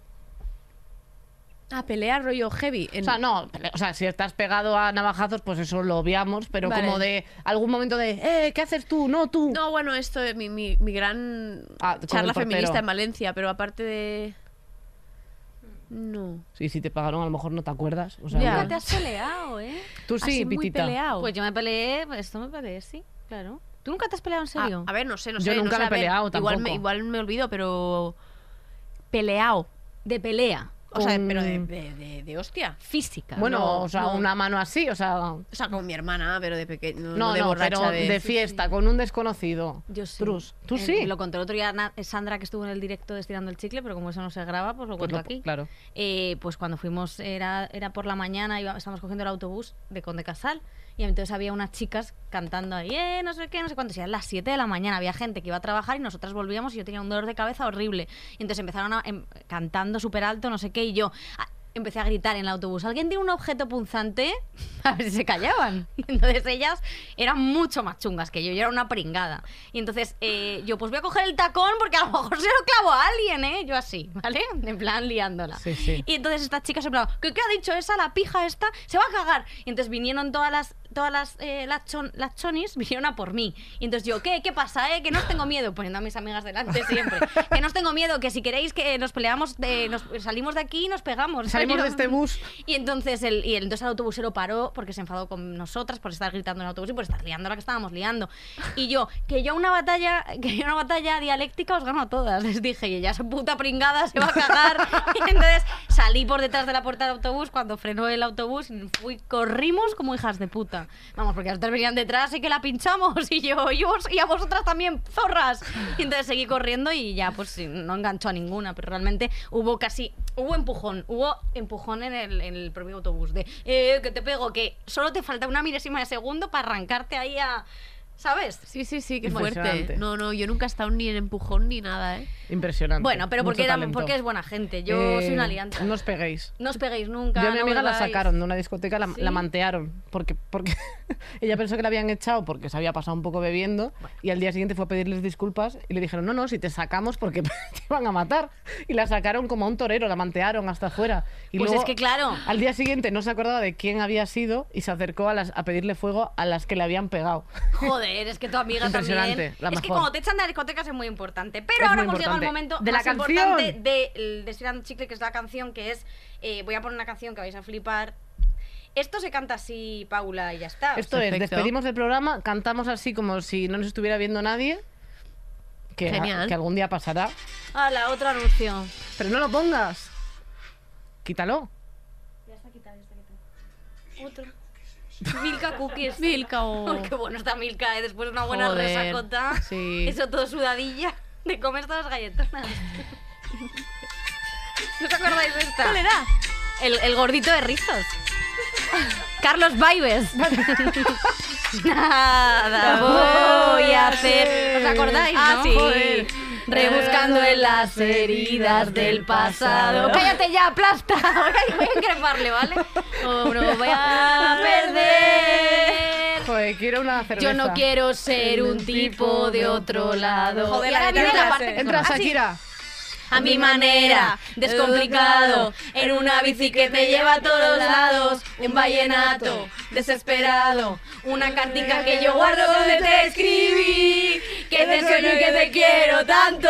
E: Ah, pelea rollo heavy. en-
C: O sea, no, pele- o sea, si estás pegado a navajazos, pues eso lo obviamos, pero
E: Vale.
C: como de algún momento de, eh, ¿qué haces tú? No, tú.
E: No, bueno, esto es mi, mi- mi gran
C: Ah, con
E: charla
C: el portero.
E: feminista en Valencia, pero aparte de. No.
C: Sí, si te pagaron, a lo mejor no te acuerdas. O sea,
E: Ya.
B: Nunca
C: bueno.
B: te has peleado, ¿eh?
C: Tú sí,
E: Así muy
C: Pitita.
E: peleao.
B: Pues yo me peleé, pues esto me peleé, sí, claro. ¿Tú nunca te has peleado en
E: Ah,
B: serio?
E: A, ver, no sé, no
C: Yo
E: sé. no
C: nunca
E: sé,
C: me he
E: a ver,
C: peleado
E: Igual me,
C: tampoco.
E: igual me olvido, pero. Peleao.
B: De pelea
E: O sea,
C: Con-
E: pero de, de, de- de hostia.
B: física.
C: Bueno,
E: No,
C: o sea,
E: no.
C: una mano así, o sea. No,
E: O sea, con mi hermana, pero de pequeño. No,
C: no,
E: de borracha.
C: pero
E: de...
C: de fiesta, con un desconocido.
B: Yo sí.
C: Trus, tú
B: Eh,
C: sí.
B: Lo conté el otro día Ana- Sandra que estuvo en el directo de estirando el chicle, pero como eso no se graba, pues lo
C: Pues
B: cuento
C: lo-
B: aquí.
C: Claro.
B: Eh, pues cuando fuimos, era, era por la mañana, iba- estábamos cogiendo el autobús de Conde Casal y entonces había unas chicas cantando ahí, "Eh, no sé qué, no sé cuánto, si eran las 7 de la mañana, había gente que iba a trabajar y nosotras volvíamos y yo tenía un dolor de cabeza horrible. Y entonces empezaron a- em- cantando súper alto, no sé qué, y yo... "Ah", Empecé a gritar en el autobús, ¿alguien tiene un objeto punzante? A ver si se callaban. Y entonces ellas eran mucho más chungas que yo, yo era una pringada. Y entonces eh, yo pues voy a coger el tacón porque a lo mejor se lo clavo a alguien, ¿eh? Yo así, ¿vale? En plan liándola.
C: Sí, sí.
B: Y entonces estas chicas en plan, ¿qué, qué ha dicho esa? La pija esta, se va a cagar. Y entonces vinieron todas las todas las, eh, las, chon- las chonis, vinieron a por mí. Y entonces yo, ¿qué? ¿Qué pasa? Eh? Que no os tengo miedo, poniendo a mis amigas delante siempre. que no os tengo miedo, que si queréis que nos peleamos, eh, nos, salimos de aquí y nos pegamos.
C: Salimos de este bus.
B: Y entonces el, y el- entonces el autobusero paró porque se enfadó con nosotras por estar gritando en el autobús y por estar liando la que estábamos liando. Y yo, que yo una batalla, que yo una batalla dialéctica os gano a todas, les dije, y ella esa puta pringada se va a cagar. Y entonces salí por detrás de la puerta del autobús cuando frenó el autobús y fui, corrimos como hijas de puta. Vamos, porque las otras venían detrás y que la pinchamos y yo, y, vos- y a vosotras también, zorras. Y entonces seguí corriendo y ya pues sí, no enganchó a ninguna, pero realmente hubo casi, hubo empujón, hubo empujón en el, en el propio autobús de, eh, que te pego, que solo te falta una milésima de segundo para arrancarte ahí a... ¿Sabes?
E: Sí, sí, sí, qué
C: Impresionante.
E: fuerte. No, no, yo nunca he estado ni en empujón ni nada, ¿eh?
C: Impresionante.
B: Bueno, pero
C: Mucho
B: porque, era-
C: talento.
B: porque es buena gente. Yo soy
C: Eh,
B: una alianza.
C: No
B: No,
C: os peguéis.
B: os peguéis nunca.
C: Yo a mi
B: no
C: amiga la
B: bebáis.
C: sacaron de una discoteca, la, la mantearon, porque, porque ella pensó que la habían echado porque se había pasado un poco bebiendo y al día siguiente fue a pedirles disculpas y le dijeron, no, no, si te sacamos porque te van a matar. Y la sacaron como a un torero, la mantearon hasta afuera. Y
B: Pues
C: luego,
B: es que claro.
C: Al día siguiente no se acordaba de quién había sido y se acercó a, las, a pedirle fuego a las que le habían pegado.
B: Joder, es que tu amiga
C: Impresionante,
B: también.
C: la
B: Es que
C: mejor.
B: cuando te echan de la discoteca es muy importante. Pero
C: Es
B: ahora
C: muy
B: hemos llegado al
C: importante.
B: momento
C: De la
B: más
C: canción.
B: importante del Desfilando Chicle, que es la canción que es. eh, voy a poner una canción que vais a flipar. Esto se canta así, Paula, y ya está.
C: Esto es,
E: Perfecto.
C: despedimos el programa, cantamos así como si no nos estuviera viendo nadie, que,
E: Genial.
C: que algún día pasará.
B: A la otra anuncio.
C: Pero no lo pongas. Quítalo.
B: Milka Cookies.
E: Milka o...
B: Ay, Qué bueno está Milka, ¿eh? después de una buena
E: Joder,
B: resacota.
E: sí.
B: Eso todo sudadilla de comer todas las galletonas. ¿No os acordáis de esta? ¿Cuál era? El, el gordito de rizos. Carlos Baibes. Nada voy a hacer. ¿Os acordáis?
E: Ah,
B: no?
E: sí.
B: Joder. Rebuscando en las heridas del pasado. ¡Cállate ya, aplasta! Ahora voy a increparle, ¿vale? Oh, no voy a perder.
C: Joder, quiero una cerveza.
B: Yo no quiero ser un tipo de otro lado.
E: Joder,
B: Y ahora
E: la
B: viene
E: letra
B: la
E: es-
B: parte-
C: Entra
B: Ah, sí.
C: Shakira.
B: A mi manera, descomplicado, en una bici que te lleva a todos lados, un vallenato, desesperado, una cartica que yo guardo donde te escribí, que te sueño y que te quiero tanto,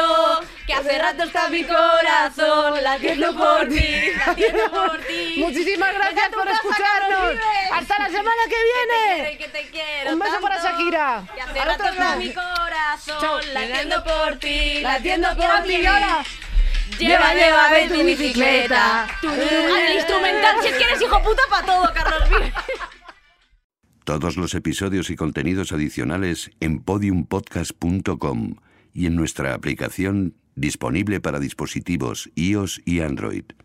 B: que hace rato está mi corazón latiendo por ti, latiendo por ti.
C: Muchísimas gracias por escucharnos. Hasta la semana que viene.
B: Que te quiero
C: Un beso para
B: tanto.
C: Shakira.
B: Que hace
C: Al
B: rato
C: otro
B: está
C: lado.
B: mi corazón
C: Chao.
B: latiendo por ti,
C: Latiendo por ti. Y ahora,
B: Lleva, lleva, ve tu bicicleta. El instrumental, si es que eres hijo puta para todo, Carlos Vives.
F: Todos los episodios y contenidos adicionales en podiumpodcast.com y en nuestra aplicación disponible para dispositivos iOS y Android.